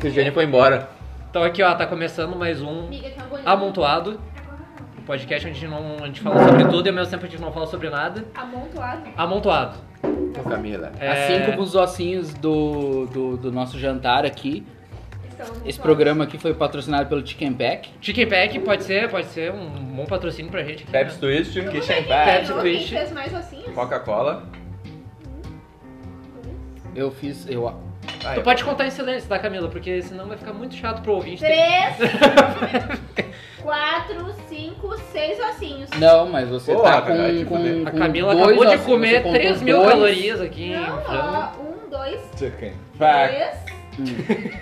Cristiane foi embora. Então aqui, ó, tá começando mais um Amiga, tem um bolinho. Amontoado. Um podcast onde a gente não, a gente fala sobre tudo e ao mesmo tempo a gente não fala sobre nada. Amontoado. Amontoado. Ô, Camila. É. Assim como os ossinhos do, do, do nosso jantar aqui, Estamos amontoados. esse programa aqui foi patrocinado pelo Chicken Pack. Chicken Pack pode ser, pode ser um bom patrocínio pra gente. aqui, né? Pepsi Twist, Kitchen Quem Pack, Pepsi ganhou? Twist. Quem fez mais assim, ossinhos? Coca-Cola. Eu fiz. Eu, Ah, Tu eu- pode contar em silêncio, tá, Camila? Porque senão vai ficar muito chato pro ouvinte. Três, quatro, cinco, seis ossinhos. não, mas você Porra, tá cara, vai te com, com, fuder. A com Camila dois acabou de ossinhos, você comer contou 3 mil dois. calorias aqui Não, em frango. ó, um, dois, Chicken Pack. três,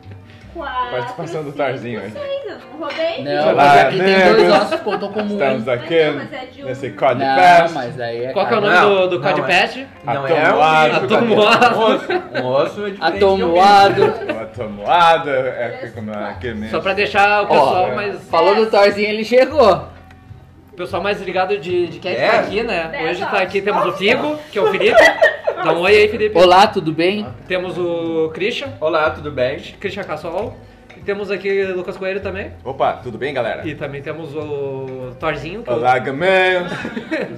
quatro, Participação do cinco, Tarzinho, hein? seis. Eu não roubei? Não, Lá mas aqui tem dois dentro. ossos, contou como um. Estamos Não, aqui Mas não, mas é de um. nesse Code Pass. mas aí é. Qual que é o Ah, nome não. do, do Não, Code é- Pet? Não Atomado. Um osso, um osso é diferente de um Atomado. bicho. Um Atomado, é como é aquele mesmo. Só pra deixar o Ó, pessoal é. mais. Falou do Thorzinho, ele chegou. O pessoal mais ligado de, de quem é que É. tá aqui, né? Dez Hoje tá horas. aqui, temos o Figo, que é o Felipe. Dá um oi aí, Felipe. Olá, tudo bem? Temos o Christian, Olá, tudo bem? Christian Cassol. E temos aqui o Lucas Coelho também. Opa, tudo bem, galera? E também temos o Thorzinho. que é o- Olá, Gamel.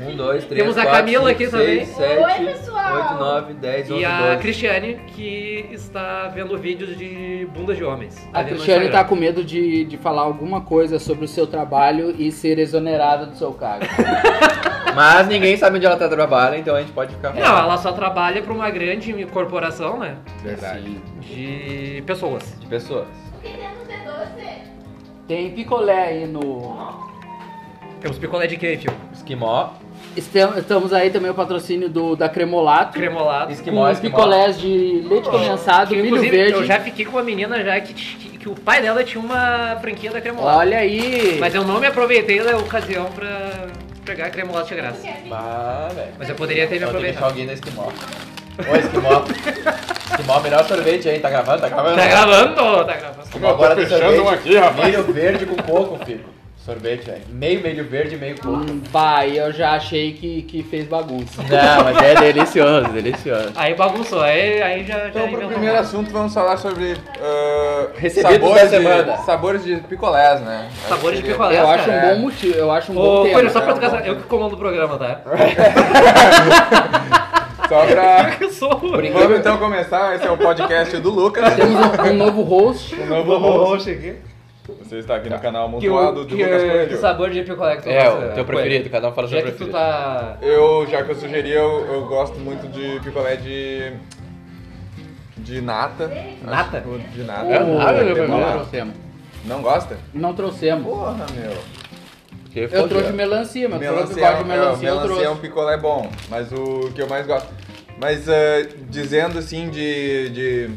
Um, dois, três, Temos a quatro, Camila cinco, aqui seis, também. Sete, Oi, pessoal. Oito, nove, dez, um onze, E a doze. Cristiane, que está vendo vídeos de bundas de homens. A Ali no Cristiane tá Instagram. com medo de, de falar alguma coisa sobre o seu trabalho e ser exonerada do seu cargo. Mas ninguém sabe onde ela tá trabalhando, então a gente pode ficar Não, ela só trabalha pra uma grande corporação, né? Verdade. De pessoas. de pessoas. O que temos de doce? Tem picolé aí no. Temos picolé de queijo, Esquimó. Estem- Estamos aí também o patrocínio do, da Cremolato. cremolado. Esqui- Esquimó, com os esquimó. picolés de leite condensado, Que, milho inclusive, verde. eu já fiquei com uma menina já que, que, que o pai dela tinha uma franquia da cremolada. Olha aí. Mas eu não me aproveitei da ocasião pra pegar a cremolada de graça. Ah, velho. Mas eu poderia ter me Então tem que deixar aproveitado. alguém da Esquimó. Ô, Esquimó. Esquimó, melhor sorvete aí. Tá gravando? Tá gravando? Tá gravando? Tá gravando. Esquimó, agora tem fechando sorvete. um aqui, rapaz. Milho verde com coco, filho. Sorvete, velho. Meio milho verde, meio coco. Hum, Bah, eu já achei que, que fez bagunça. Não, mas é delicioso, delicioso. Aí bagunçou, aí, aí já. já Então, pro inventou. primeiro assunto, vamos falar sobre ah, Recebidos sabores da de- semana. sabores de picolés, né? Acho Sabores que seria- de picolé. Eu acho um cara. bom motivo, eu acho um é. Ô, bom tema. Coelho, só pra tu né? casar, eu que comando o programa, tá? Só pra... Eu sou. Vamos então começar, esse é o podcast do Lucas. Temos um, um novo host. O novo host aqui. Você está aqui no canal Que, Amontoado o- do que, é Lucas que Coelho. sabor de picolé que tu É, gosta, o teu Coelho? preferido, cada um fala o Já seu que tu preferido. tá. Eu, já que eu sugeri, eu, eu gosto muito de picolé de... De nata. Nata? Acho- De nata. Não, É nada, né, meu não irmão. trouxemos. Não gosta? Não trouxemos. Porra, meu. Porque Eu fodeu. trouxe melancia, mas trouxe Melancia, é, gosto um- de melancia, é, eu melancia é um trouxe. picolé bom, mas o que eu mais gosto. Mas eh, dizendo assim de. de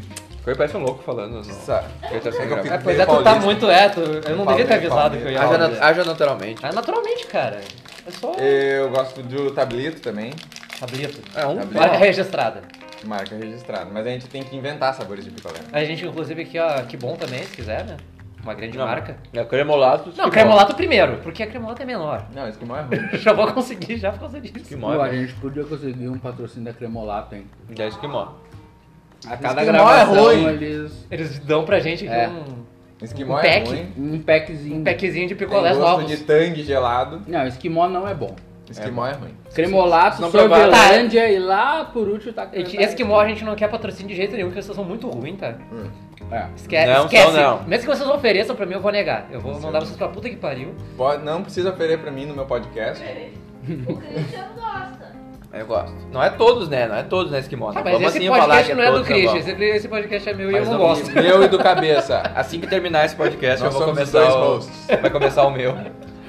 Coelho parece um louco falando. não. sa- Ele tá sem É que eu graça. fico- É, pois é, tu tá Paulista. muito é, tu- eu não devia ter Paulista. avisado que eu ia. Haja lá. nat- Haja naturalmente. Ah, naturalmente, cara. É só. eu gosto do tablito também, Tablito. É um Tablito. Marca registrada. marca registrada. Mas a gente tem que inventar sabores de picolé. A gente, inclusive, aqui, ó, que bom também, se quiser, né? Uma grande Não. marca. É cremolato. Não, cremolato primeiro, porque a cremolato é menor. Não, esquimó é ruim. Já vou conseguir já por causa disso. Esquimó. Pô, a gente podia conseguir um patrocínio da Cremolato, hein? Já esquimó. A Esquimó cada é gravação ruim. eles... Eles dão pra gente aqui É. um Esquimó Um é pack. ruim. Um packzinho. um packzinho de Tem picolés gosto novos. de tangue gelado. Não, esquimó não é bom. Esquimó é, ruim. Cremolato, não provar- Sorvelândia e lá por último tá E que Esquimó a gente não quer patrocínio de jeito nenhum, porque vocês são muito ruins, tá? É. Esquece, Não, esquece. não, não. Mesmo que vocês ofereçam pra mim, eu vou negar. Eu vou mandar vocês pra puta que pariu. Pode- não precisa oferecer pra mim no meu podcast. O Cristiano gosta. Eu gosto. Não é todos, né? Não é todos, né, esquimó? Ah, Não mas vamos esse assim falar que podcast não é do todos, tá Christian, bom. esse, esse podcast é meu e eu Mas não não gosto. Meu e do cabeça. Assim que terminar esse podcast, Nós eu vou somos os começar dois o... hosts. Vai começar o meu.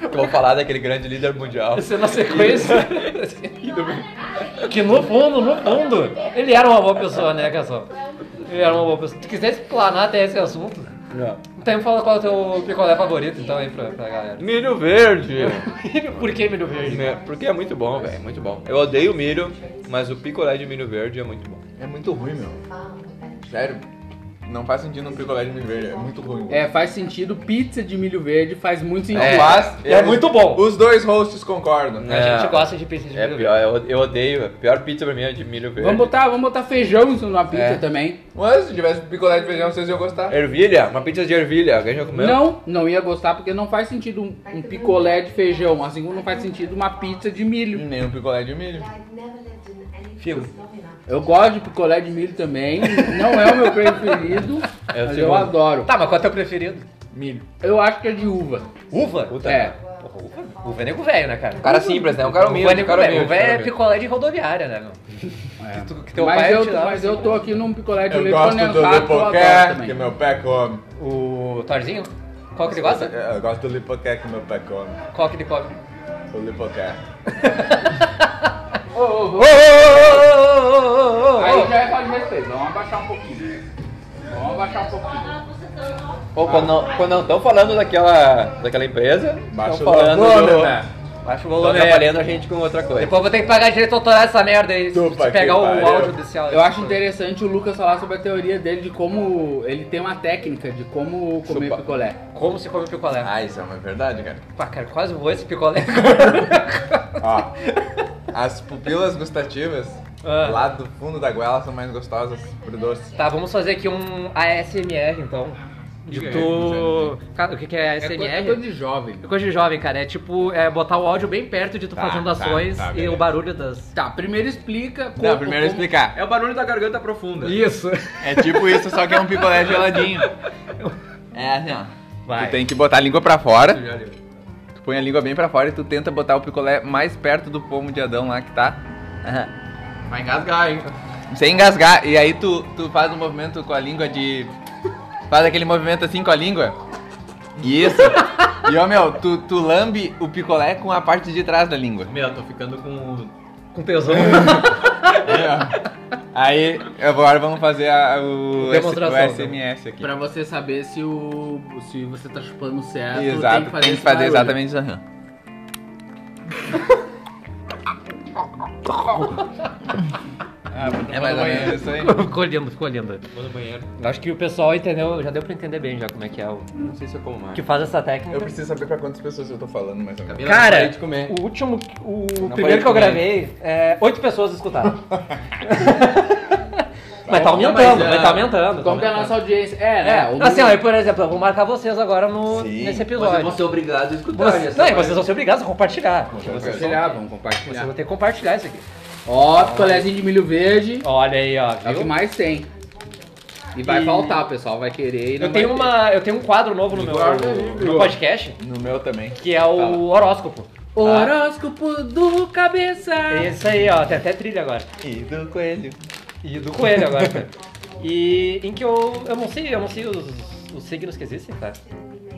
Eu vou falar daquele grande líder mundial. Essa é na sequência. que no fundo, no fundo, ele era uma boa pessoa, né, Cassol? Ele era uma boa pessoa. Se quiser explanar até esse assunto, Não. então fala qual é o teu picolé favorito, então, aí pra, pra galera. Milho verde. Por que milho verde? Me- Porque é muito bom, velho. Muito bom. Eu odeio milho, mas o picolé de milho verde é muito bom. É muito ruim, meu. Sério? Não faz sentido um picolé de milho verde, é muito ruim. É, faz sentido, pizza de milho verde faz muito sentido. Não É. faz. E é muito bom. Os dois hosts concordam. Né? A É. gente gosta de pizza de É milho pior, eu, eu odeio. A pior pizza pra mim é de milho verde. Vamos botar, vamos botar feijão em cima de uma pizza É. também. Mas se tivesse picolé de feijão, vocês iam gostar. Ervilha? Uma pizza de ervilha. Alguém já comeu? Não, não ia gostar porque não faz sentido um, um picolé de feijão, assim como não faz sentido uma pizza de E milho. nem um picolé de milho. Figo. Eu gosto de picolé de milho também, não é o meu preferido, É o mas segundo. eu adoro. Tá, mas qual é o teu preferido? Milho. Eu acho que é de uva. Uva? Puta. É. Porra, uva? Uva é nego velho, né, cara? Um cara simples, né? Um cara humilde. Uva é um nego cara velho. humilde, Uva um cara é humilde. picolé de rodoviária, né, meu? É. tu- que teu mas pai eu, te dava, mas eu tô aqui num picolé de Eu leite gosto do condensado que é eu adoro lipoqué, que também. meu pé come. O Thorzinho? Qual que ele gosta? É, Eu gosto do lipoqué que meu pé come. Qual que ele come? O lipoqué. Ô, ô, ô, Ô, ô, ô, ô, ô, ô, ô, ô, Aí ô. já é falta de respeito, vamos abaixar um pouquinho. Vamos abaixar um pouquinho. Pô, quando não- quando não estão falando daquela, daquela empresa, Baixa estão o falando volume, do... né? Baixa o Estão volume aí. atrapalhando a gente com outra coisa. Depois eu vou ter que pagar direito autoral essa merda aí. Se Tupa se que pegar o pariu. áudio desse áudio. Eu acho interessante o Lucas falar sobre a teoria dele de como ele tem uma técnica de como comer Chupa. picolé. Como se come picolé. Ah, isso é uma verdade, cara. Pá, cara, quase voou esse picolé. Ó, as pupilas gustativas Ah. lá do fundo da goela são mais gostosas pro doce. tá, vamos fazer aqui um ASMR então. De Que que é tu. Cara, o que, que é É ASMR? coisa, é coisa de jovem. É coisa de jovem, cara. É tipo é botar o áudio bem perto de tu Tá, fazendo tá, ações tá, e beleza. o barulho das. Tá, primeiro explica como. Não, primeiro como- explicar. É o barulho da garganta profunda. Isso. É tipo isso, só que é um picolé geladinho. É assim, ó. Vai. Tu tem que botar a língua pra fora. Tu põe a língua bem pra fora e tu tenta botar o picolé mais perto do pomo de Adão lá que tá. Aham. Vai engasgar, hein? Sem engasgar. E aí tu, tu faz um movimento com a língua de. Faz aquele movimento assim com a língua. Isso. E ó, meu, tu, tu lambe o picolé com a parte de trás da língua. Meu, tô ficando com... Com tesão. Aí, agora vamos fazer a- o, Demonstração, tá S- o SMS aqui. Pra você saber se o. se você tá chupando certo, tem Exato, que fazer, tem que esse fazer barulho. exatamente isso. aham. Ah, tá É mais ou menos isso aí. ficou lindo, ficou lindo. Vou no banheiro. Acho que o pessoal entendeu, já deu pra entender bem já como é que é o. Não sei se eu como mais. Que faz essa técnica. Eu preciso saber pra quantas pessoas eu tô falando, mais ou menos. Camila, não Cara, parei de comer. o último, o parei primeiro de que eu comer. gravei, é, oito pessoas escutaram. mas tá Não, aumentando, mas, mas ah, tá aumentando. Como que tá é a nossa audiência. É, É, né? o assim, ó, número- eu, por exemplo, eu vou marcar vocês agora no, Sim. nesse Vocês episódio. vão ser obrigados a escutar. Vocês, essa não, é e coisa. vocês vão ser obrigados a compartilhar. Com certeza. Vocês, Compartilhar, vamos vocês compartilhar. vão ter que compartilhar isso aqui. Ó, picolézinho de milho verde. Olha aí, ó. É o que Viu? mais tem. E vai E- faltar, o pessoal vai querer e não Eu tenho, vai ter. Tá. uma, eu tenho um quadro novo no meu, Guarda aí, no viu? podcast, No meu também. que é o horóscopo. Horóscopo do cabeça. É Isso aí, ó. Tem até trilha agora. E do coelho. E do coelho agora, cara. E em que eu. Eu não sei, eu não sei os, os signos que existem, tá?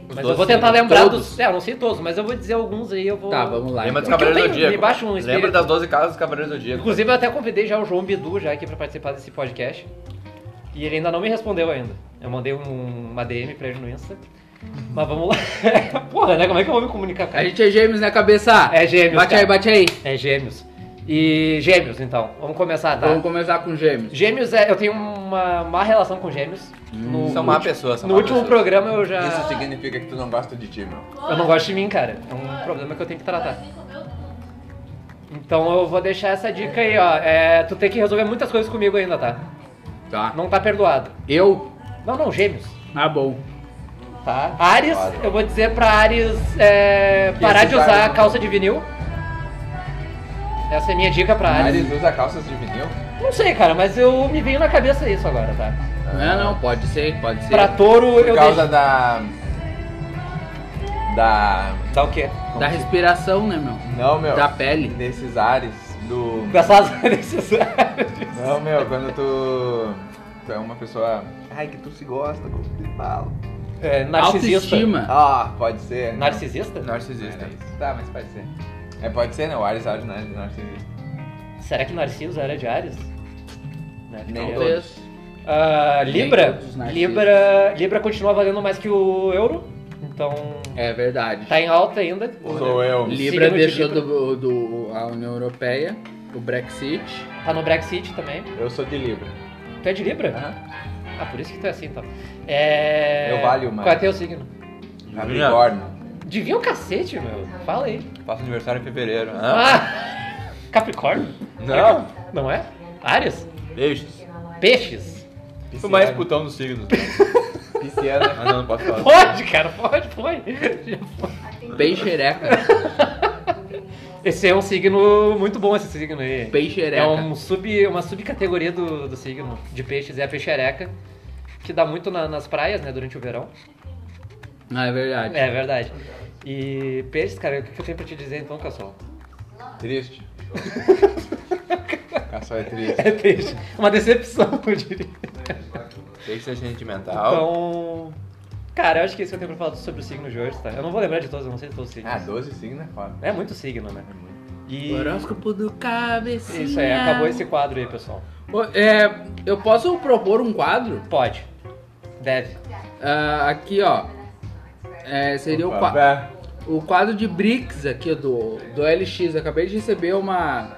Mas eu doze vou tentar signos. lembrar Todos? dos. É, eu não sei todos, mas eu vou dizer alguns aí, eu vou. Tá, vamos lá. Lembra dos então. Porque eu Cavaleiros do tenho- Zodíaco? me baixa um Lembra espírito. das 12 casas dos Cavaleiros do Zodíaco? Inclusive eu até convidei já o João Bidu já aqui pra participar desse podcast. E ele ainda não me respondeu ainda. Eu mandei um- uma DM pra ele no Insta. Mas vamos lá. Porra, né? Como é que eu vou me comunicar com A ele? gente é gêmeos, né, cabeça? É gêmeos, Bate cara. aí, bate aí. É gêmeos. E gêmeos, então. Vamos começar, tá? Vamos começar com gêmeos. Gêmeos é. Eu tenho uma má relação com gêmeos. No- São má pessoas. são No má último pessoas. programa eu já. Isso significa que tu não gosta de ti, meu. Eu não gosto de mim, cara. É um problema que eu tenho que tratar. Ele comeu tudo. Então eu vou deixar essa dica aí, ó. É, tu tem que resolver muitas coisas comigo ainda, tá? Tá. Não tá perdoado. Eu? Não, não, gêmeos. Ah, bom. Tá? Ares, eu vou dizer pra Ares é, parar de esses usar Ares- calça de vinil. Essa é minha dica pra Ares. Ares usa calças de vinil? Não sei, cara, mas eu me veio na cabeça isso agora, tá? Não, é, não, pode ser, pode ser. Pra touro Por eu causa deixo. da. Da. Dá o quê? Da respiração, né, meu? Não, meu. Da pele. Desses ares. Do. Dessas desses Ares. Não, meu, quando tu. Tu é uma pessoa. Ai, que tu se gosta, como tu fala. É, narcisista. Autoestima. Ah, pode ser. né? Narcisista? Narcisista. Era isso. Tá, mas pode ser. É, pode ser, né? O Ares Ares Ares, narcisista. Será que Narciso era de Ares? Né? Nem Então, todos. Talvez. ah, Nem Libra, todos os narcisos. Libra, Libra continua valendo mais que o euro, então É verdade. tá em alta ainda. Sou eu. Libra Signo de deixou Libra. do, do- a União Europeia, o Brexit. Tá no Brexit também. Eu sou de Libra. Tu é de Libra? Aham. Ah, por isso que tu é assim, então. É... Eu valho, mano. Qual é teu signo? Capricórnio. Devia o cacete, meu. Fala aí. Faço aniversário em fevereiro. Hã? Ah! Capricórnio? Não. Não é? Áries? Beijos. Peixes? O mais putão dos signos. Pisciana. Ah, não, não posso falar. Pode, cara, pode, pode. Já foi. Peixereca. Esse é um signo muito bom, esse signo aí. Peixereca. É um sub, uma subcategoria do, do signo de peixes, é a peixereca, que dá muito na- nas praias, né, durante o verão. Ah, é verdade. É verdade. E peixes, cara, o que que eu tenho pra te dizer então, Cassol? Triste. Caçol é É triste. peixe. Uma decepção, eu diria. Tem que ser sentimental. Então. Cara, eu acho que é isso que eu tenho pra falar sobre o signo de hoje, tá? Eu não vou lembrar de todos, eu não sei de todos os signos. Ah, 12 signos é foda. É muito signo, né? E. Horóscopo do cabecinha. Isso aí, acabou esse quadro aí, pessoal. Ô, é, eu posso propor um quadro? Pode. Deve. Ah, aqui, ó. É, seria o, qua- É. o quadro de BRICS aqui do, do LX. Eu acabei de receber uma,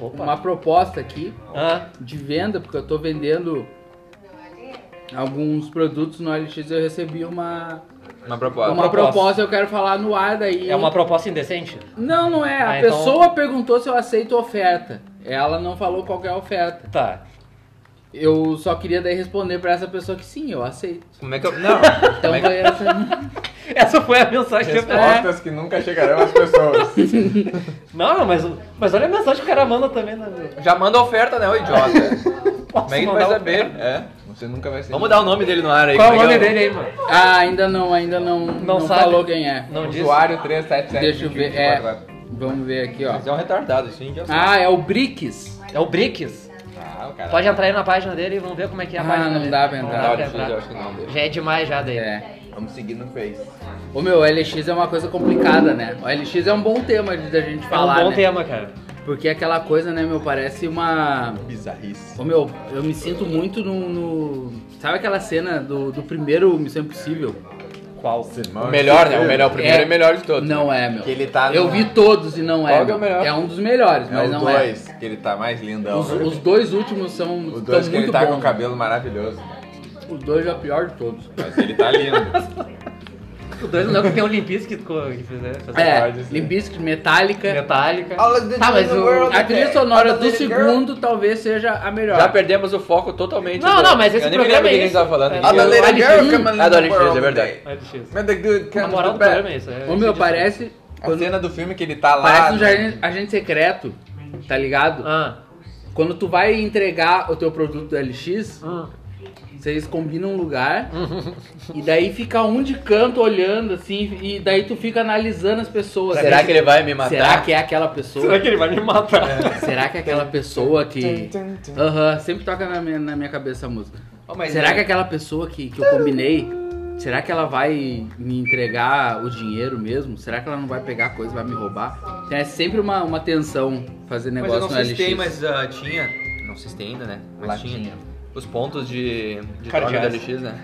Opa. uma proposta aqui Ah, de venda, porque eu tô vendendo alguns produtos no LX. Eu recebi uma, Uma uma, proposta. Uma proposta. proposta. eu quero falar no ar daí. é uma proposta indecente? Não, não é. Ah, a então- pessoa perguntou se eu aceito oferta. Ela não falou qual que é a oferta. Tá. Eu só queria daí responder pra essa pessoa que sim, eu aceito. Como é que eu. Não! Então Como é que- foi essa. Essa foi a mensagem que eu falei. Respostas É. que nunca chegarão às pessoas. Não, não, mas, mas olha a mensagem que o cara manda também, né? meu? Já manda oferta, né, ô idiota? Posso Como é que tu vai mandar o- saber? É, você nunca vai ser. Vamos dar o nome dele no ar aí. Qual é o como nome que dele aí, mano? Ah, ainda não, ainda não, não, sabe. falou quem é. Não disse. Usuário 377. Deixa eu ver. É, vamos ver aqui, ó. Mas é um retardado, sim. que eu sei. Ah, é o Bricks. É o Bricks. Ah, o cara. Pode entrar aí na página dele e vamos ver como é que é a Ah, página não dele. dá pra entrar. Não dá Não, pra deixa eu ver, entrar. eu acho que não, deixa. Já é demais já daí. É. Vamos seguir no Face. O meu, o LX é uma coisa complicada, né? O LX é um bom tema de- da gente É um falar, bom né? tema, cara. Porque é aquela coisa, né, meu, parece uma... Bizarrice. Ô, meu, eu me sinto muito no... no- Sabe aquela cena do, do primeiro Missão Impossível? Qual? O melhor, né? O melhor, o primeiro é, É. o melhor de todos. Não né? é, meu. Que ele tá Eu no- vi todos e não é. Qual que é o meu. melhor? É um dos melhores, É mas o não é. 2, que ele tá mais lindão. Os, né? os dois últimos são O tão 2 que ele muito tá com bons. o cabelo maravilhoso. né? Os dois é o pior de todos. Mas ele tá lindo. O dois não, que tem um Limpisk que que fizer. fazer É, pode ser. Limbiskit, Metallica. Metallica. Ah, Tá, mas o, a trilha sonora do segundo talvez seja a melhor. Já perdemos o foco totalmente. Não, do- não, mas esse Eu nem me lembro programa é de quem esse. tava falando. É. ninguém- Ah, beleza. Ah, do LX, é verdade. LX. When the good A comes to moral do bad. programa é isso. É Ô meu, esse parece. A quando- cena do filme que ele tá lá. parece né? um jardim- agente secreto, disco. tá ligado? Ah, Quando tu vai entregar o teu produto do LX, hum. vocês combinam um lugar e daí fica um de canto olhando assim, e daí tu fica analisando as pessoas. Será que ele vai me matar? Será que é aquela pessoa? Será que ele vai me matar? Será que é aquela pessoa que. Aham, sempre toca na minha, na minha cabeça a música. Oh, mas será não. que aquela pessoa que, que eu combinei, será que ela vai me entregar o dinheiro mesmo? Será que ela não vai pegar coisa, vai me roubar? Então É sempre uma, uma tensão fazer Mas eu negócio não sei no se LX. tem, mas ah, tinha. Não sei se tem ainda, né? Mas Lá tinha. tinha. Os pontos de, de Cara, troca da de LX, né?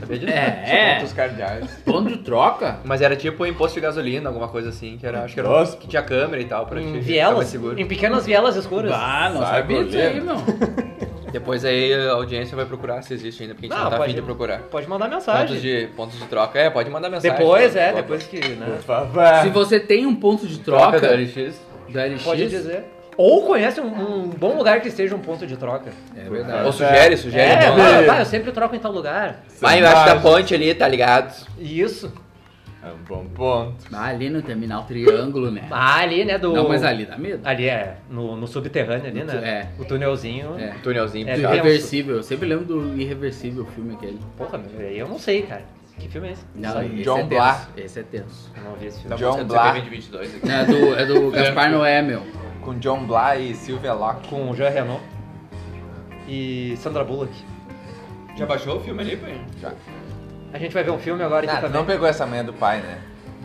Sabia disso? É, é. Pontos cardeais. Ponto de troca? Mas era tipo um imposto de gasolina, alguma coisa assim, que era, acho que era Imposto? que tinha câmera e tal pra ti. Em ficar mais Um vielas? seguro. Em pequenas vielas escuras? Ah, não Sai sabia disso aí, correndo. não. Depois aí a audiência vai procurar se existe ainda, porque a gente não, Não, tá afim pode- de procurar. Pode mandar Pontos mensagem. de, pontos de troca, é, pode mandar mensagem. Depois, Pode- é, pode- depois que, né? Por favor. Se você tem um ponto de Troca troca, da LX. do LX, Pode dizer. Ou conhece um, um bom lugar que seja um ponto de troca. é verdade. Ou sugere, sugere. é, não. mano, tá, eu sempre troco em tal lugar. Vai embaixo da ponte ali, tá ligado? Isso. É um bom ponto. Ah, ali no terminal triângulo, né? Ah, ali, né, do... Não, mas ali dá medo. Ali é, no, no subterrâneo ali, No tu- né? é. O túnelzinho. É. Túnelzinho. É, pra- tenso. Irreversível, eu sempre lembro do Irreversível, o filme aquele. Porra, meu, aí eu não sei, cara. Que filme é esse? Não, esse John é Blah. tenso. Esse é tenso. Eu não vi esse filme. Tá Você John do Blah. CPM de 22 aqui. Não, é do, é do Gaspar Noé, meu. Com John Blah e Sylvia Locke. Com o Jean Renault e Sandra Bullock. Já baixou o filme ali, pai? Já. A gente vai ver um filme agora aqui Ah, tu também. não pegou essa manhã do pai, né?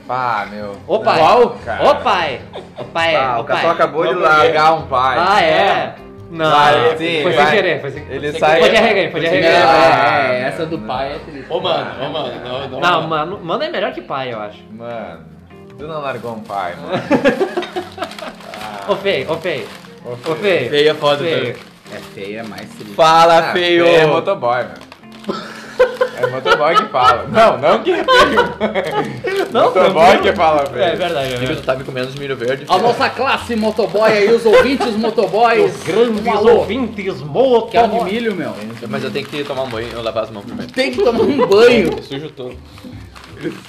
Pá, meu. Ô pai! Qual, cara? Ô pai! Ô pai! Ah, ô o pai! Cassol acabou de Não largar um pai. é. Ah, é? Não, Vai, sim, foi sem vai. querer, foi sem querer. Ele sai- Pode arregar, pode Sim, É, é, arregar. é, é, é, essa do não. pai é triste. Ô, mano, ô, mano, não, não. Não, mano, mano é melhor que pai, eu acho. Mano, tu não largou um pai, mano. Ô feio, ô feio. Ô, Ô feio. Feio é foda, Feio. É feia, é mais triste. Fala, Ah, feio! É motoboy, mano. É o motoboy que fala. Não, não que é Não, motoboy que tranquilo. fala, É velho. verdade, é Amigo, verdade. tu tá me comendo de milho verde. A nossa classe motoboy aí, os ouvintes motoboys. Os grandes um alô. ouvintes, Que é de moto. milho, meu. Mas eu tenho que tomar um banho, eu lavar as mãos primeiro. Tem que tomar um banho. Sujo todo.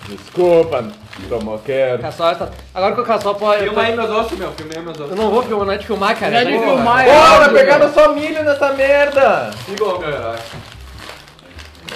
Desculpa, tomou quero. Caçol tá- Agora que o Caçol pode. Filma aí meus ossos, meu. Filma aí meus Eu ossos. não vou filmar, não é de filmar, cara. Não é tá de ligado? filmar, é Porra, áudio, pegaram meu. só milho nessa merda! Igual, meu herói.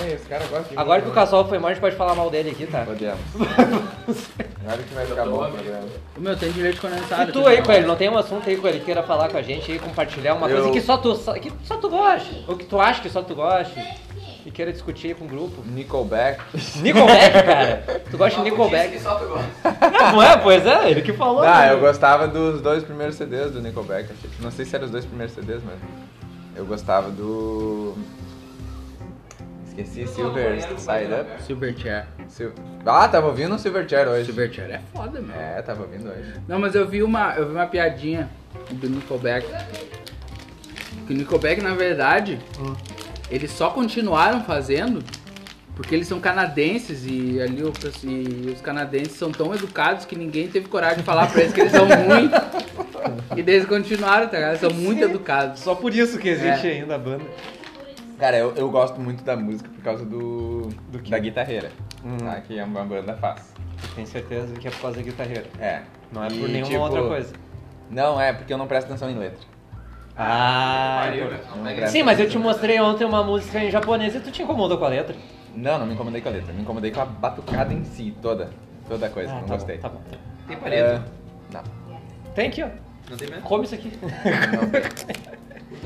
É, esse cara gosta de Agora que o Caçol foi embora, a gente pode falar mal dele aqui, tá? Podemos. Agora que vai ficar bom o programa. Meu, tem direito condensado. E tu aí, Coelho, não tem um assunto aí, Coelho, que queira falar com a gente aí, compartilhar uma coisa Eu- que só tu, só- que só tu goste, ou que tu acha que só tu goste, Tem sim. e queira discutir aí com o grupo. Nickelback. Nickelback, cara. Tu gosta de Diz Nickelback? que só tu gosta. Não, não é? Pois é, ele que falou. Ah, né? eu gostava dos dois primeiros CDs do Nickelback. achei. Não sei se eram os dois primeiros CDs, mas. Eu gostava do. Esqueci, Silver Side Up. Silverchair. Sil- Ah, tava ouvindo o Silverchair hoje. Silverchair é foda, meu. É, tava ouvindo hoje. Não, mas eu vi uma, eu vi uma piadinha do Nickelback. Que o Nickelback, na verdade, eles só continuaram fazendo porque eles são canadenses e ali o pes- e os canadenses são tão educados que ninguém teve coragem de falar pra eles que eles são ruins. e daí eles continuaram, tá ligado? Eles São muito educados. Só por isso que existe ainda a banda. Cara, eu, eu gosto muito da música por causa do. da guitarreira. Tá? Que é uma banda faz. Tenho certeza que é por causa da guitarreira. É. Não é E, por nenhuma tipo, outra coisa. Não, é porque eu não presto atenção em letra. Ah, Pariu, né? pô. meu. Não Sim, pega Sim, mas eu te mostrei ontem uma música em japonês e tu te incomodou com a letra. Não, não me incomodei com a letra. Me incomodei com a batucada em si, toda. Toda coisa. Ah, não tá gostei. Bom, tá bom, tá bom. isso. Tem É, paleta. não. Tem aqui, ó. Não tem mesmo? Come isso aqui. Puta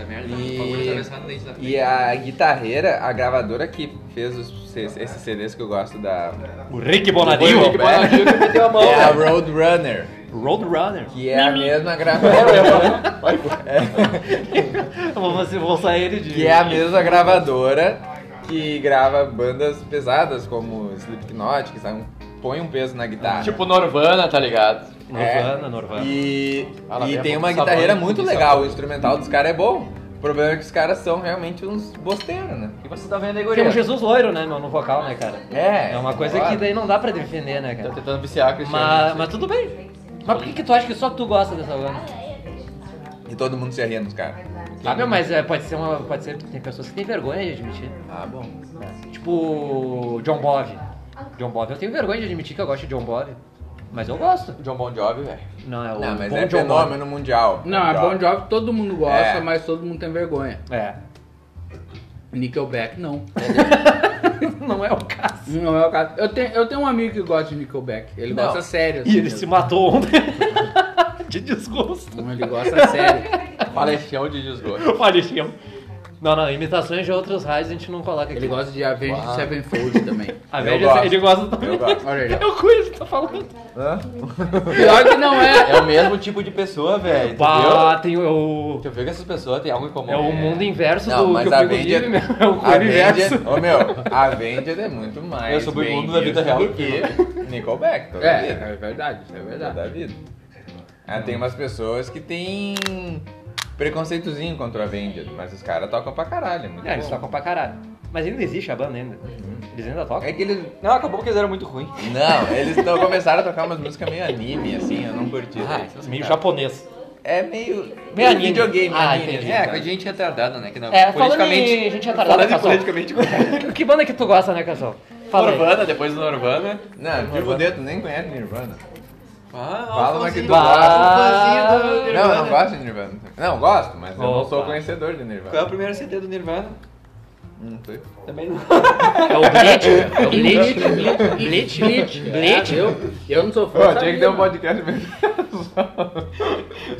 merda. E- O bagulho tá ameaçado no dente da frente. E é- a guitarreira, a gravadora que fez os, C- esses CDs que eu gosto da. O Rick Foi o Bonadio. Rick Bonadio que meteu a mão, É a velho. Roadrunner, Roadrunner. que é a mesma gravadora. É, Vamos, vamos sair ele de. que é a mesma gravadora que grava bandas pesadas como Slipknot, que sabe, põe um peso na guitarra. Tipo Norvana, tá ligado? Norvana, Norvana. E, Ah, lá e vem a tem mão uma do sabão, guitarreira hein? muito Do legal, sabão. o instrumental dos caras é bom. O problema é que os caras são realmente uns bosteiros, né? O que você tá vendo aí, Tem um guria? Jesus loiro, né, meu, no vocal, né, cara? É, É uma coisa claro. que daí não dá pra defender, né, Tá cara? tentando viciar a Cristiano. Mas, é mas tudo bem. Mas por que, que tu acha que só tu gosta dessa banda? E todo mundo se arria nos caras. Ah, meu, mas é, pode ser uma. Pode ser. Tem pessoas que têm vergonha de admitir. Ah, bom. Tipo. John Bove. John Bove. Eu tenho vergonha de admitir que eu gosto de John Bove. Mas eu gosto. John Bon Jovi, velho. Não, é o. Não, mas bom é John fenômeno mundial. Não, é Bon Jovi, todo mundo gosta, É. mas todo mundo tem vergonha. Bove. É. Nickelback, não. Não é o caso. Não é o caso. Eu tenho, eu tenho um amigo que gosta de Nickelback. Ele Não. gosta sério. E assim, ele mesmo. se matou ontem. de desgosto. Não, Ele gosta sério. Palestião de desgosto. Eu falei, Chico. Não, não, imitações de outros raios a gente não coloca aqui. Ele gosta de Avenged Claro. Sevenfold também. A Eu média, gosto. ele gosta também. Eu gosto. Olha aí, ó. É o Coelho que tá falando. Hã? Pior que não é. É o mesmo tipo de pessoa, velho. Entendeu? Bah, Ah, tem o. Eu vejo que essas pessoas têm algo em comum. É o mundo inverso Não, do mas que eu a fico Vended. livre, meu. É o A Coelho inverso. Vended. Ô meu, a Vended é muito mais. Eu sou do bem mundo da vida visto real. do que Nickelback, toda É, vida. é verdade, isso é verdade. Toda vida. Ah, tem umas pessoas que têm preconceitozinho contra a Vended, mas os caras tocam pra caralho. É, muito É, eles bom. tocam pra caralho. Mas ainda existe a banda ainda. Eles ainda tocam. É que eles. Não, acabou porque eles eram muito ruins. Não, eles tão- começaram a tocar umas músicas meio anime, assim, eu não curti. Ah, então Meio japonês. É meio. Meio anime. videogame, Ah, anime, entendi. assim, É, sabe? com a gente retardada, né? Que não, É, falando politicamente. em gente retardada, falando em Cassol. politicamente correto. que banda que tu gosta, né, Casal? Fala aí. Norvana, depois do Norvana. Não, tipo, o dedo nem conhece Nirvana. Ah, Fala uma que tu Alfonsinho. Alfonsinho Bah. do Não, eu Nirvana. não gosto de Nirvana. Não, gosto, mas eu não sou Opa. conhecedor de Qual é o Nirvana. primeiro CD do Nirvana? Não sei. Também não. É o Bleach. É o Bleach. Bleach, Bleach, Bleach. É, eu, eu não sou fã. Pô, da tinha que ter mina. um podcast mesmo.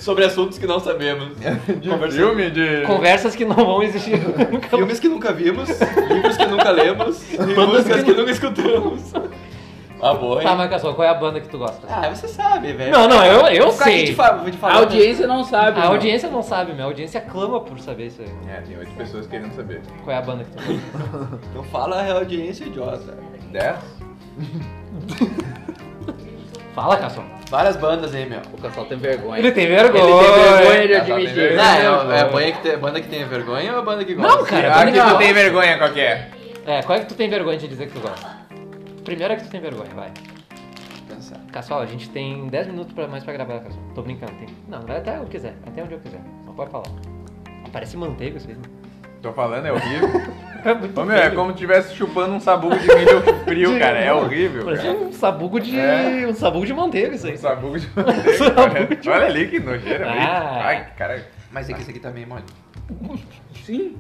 Sobre assuntos que não sabemos. de filme, de... Conversas que não vão existir nunca. Tá, Filmes que nunca vimos, livros que nunca lemos, e músicas que nunca escutamos. Uma boa, hein? Tá, mas Casal, qual é a banda que tu gosta? Ah, você sabe, É. velho. Não, não, eu, eu Vou ficar aqui sei. te fa- vou te né? falar, A audiência não sabe. A não. audiência não sabe, minha audiência clama por saber isso aí. É, tem oito pessoas querendo saber. Qual é a banda que tu gosta? né? Então fala a audiência idiota. Dez? Fala, Casson. Várias bandas aí, meu. O pessoal tem vergonha. Ele tem Ele vergonha. é, vergonha de Casal tem admitir. vergonha. é Não, é, é a banha que tem- banda que tem vergonha ou a banda que gosta? Não, cara, Claro Ah, que não. tu tem vergonha qualquer. É, qual é que tu tem vergonha de dizer que tu gosta? Primeiro é que tu tem vergonha, vai. Pensar. Caçola, a gente tem 10 minutos pra mais pra gravar, Caçola. Tô brincando, tem. Não, vai até eu quiser, até onde eu quiser. Não pode falar. Parece manteiga isso aí. né? Tô falando, é horrível. É muito Ô, meu, é feio. como se estivesse chupando um sabugo de milho frio, cara. É horrível, Parece cara. um sabugo de. É. um sabugo de manteiga isso aí. Um Tá, sabugo de manteiga, Sabugo de- cara. Olha ali que nojeira, Ah. velho. Ai, cara. Mas é que esse aqui tá meio mole. Sim.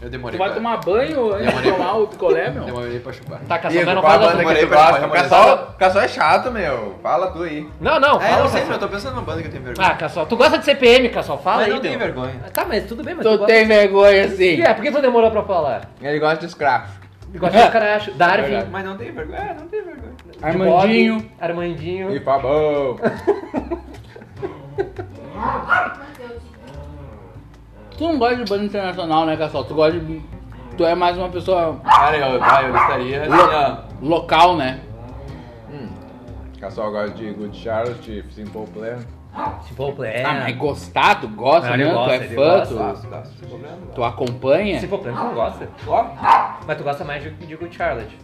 Eu Tu demorei vai pra... tomar banho antes de Demorei. tomar o picolé, meu? Demorei pra chupar. Tá, Caçola, Diego, mas não qual a faz banda assim. que Demorei tu pra- gosta? O pra- Cassol, Cassol é chato, meu. Fala tu aí. Não, não, É, eu fala, não sei, Caçola. eu tô pensando numa banda que eu tenho vergonha. Ah, Caçola, tu gosta de CPM, Caçola, fala mas aí, não tem meu. vergonha. Tá, mas tudo bem, mas tu Tu gosta- tem vergonha assim. É, por que tu demorou pra falar? Ele gosta de Scraft. Gosta de escaracho. Darwin. Verdade. Mas não tem vergonha, é, não tem vergonha. de Bob, Armandinho. Armandinho. E Fabão. Tu não gosta de banda internacional, né, Cassol? Tu gosta de. Tu é mais uma pessoa Cara, eu, ah, eu estaria assim, ó. é. local, né? Cassol gosta de Good Charlotte, de Simple Plan. Tipo, é. Ah, mas gostar, tu gosta, Não, ele né? gosta, tu é ele fã, gosta. Tá, sem problema. tu, tu acompanha. Se for plano, tu não gosta. Ó, Mas tu gosta mais de, de Good Charlotte.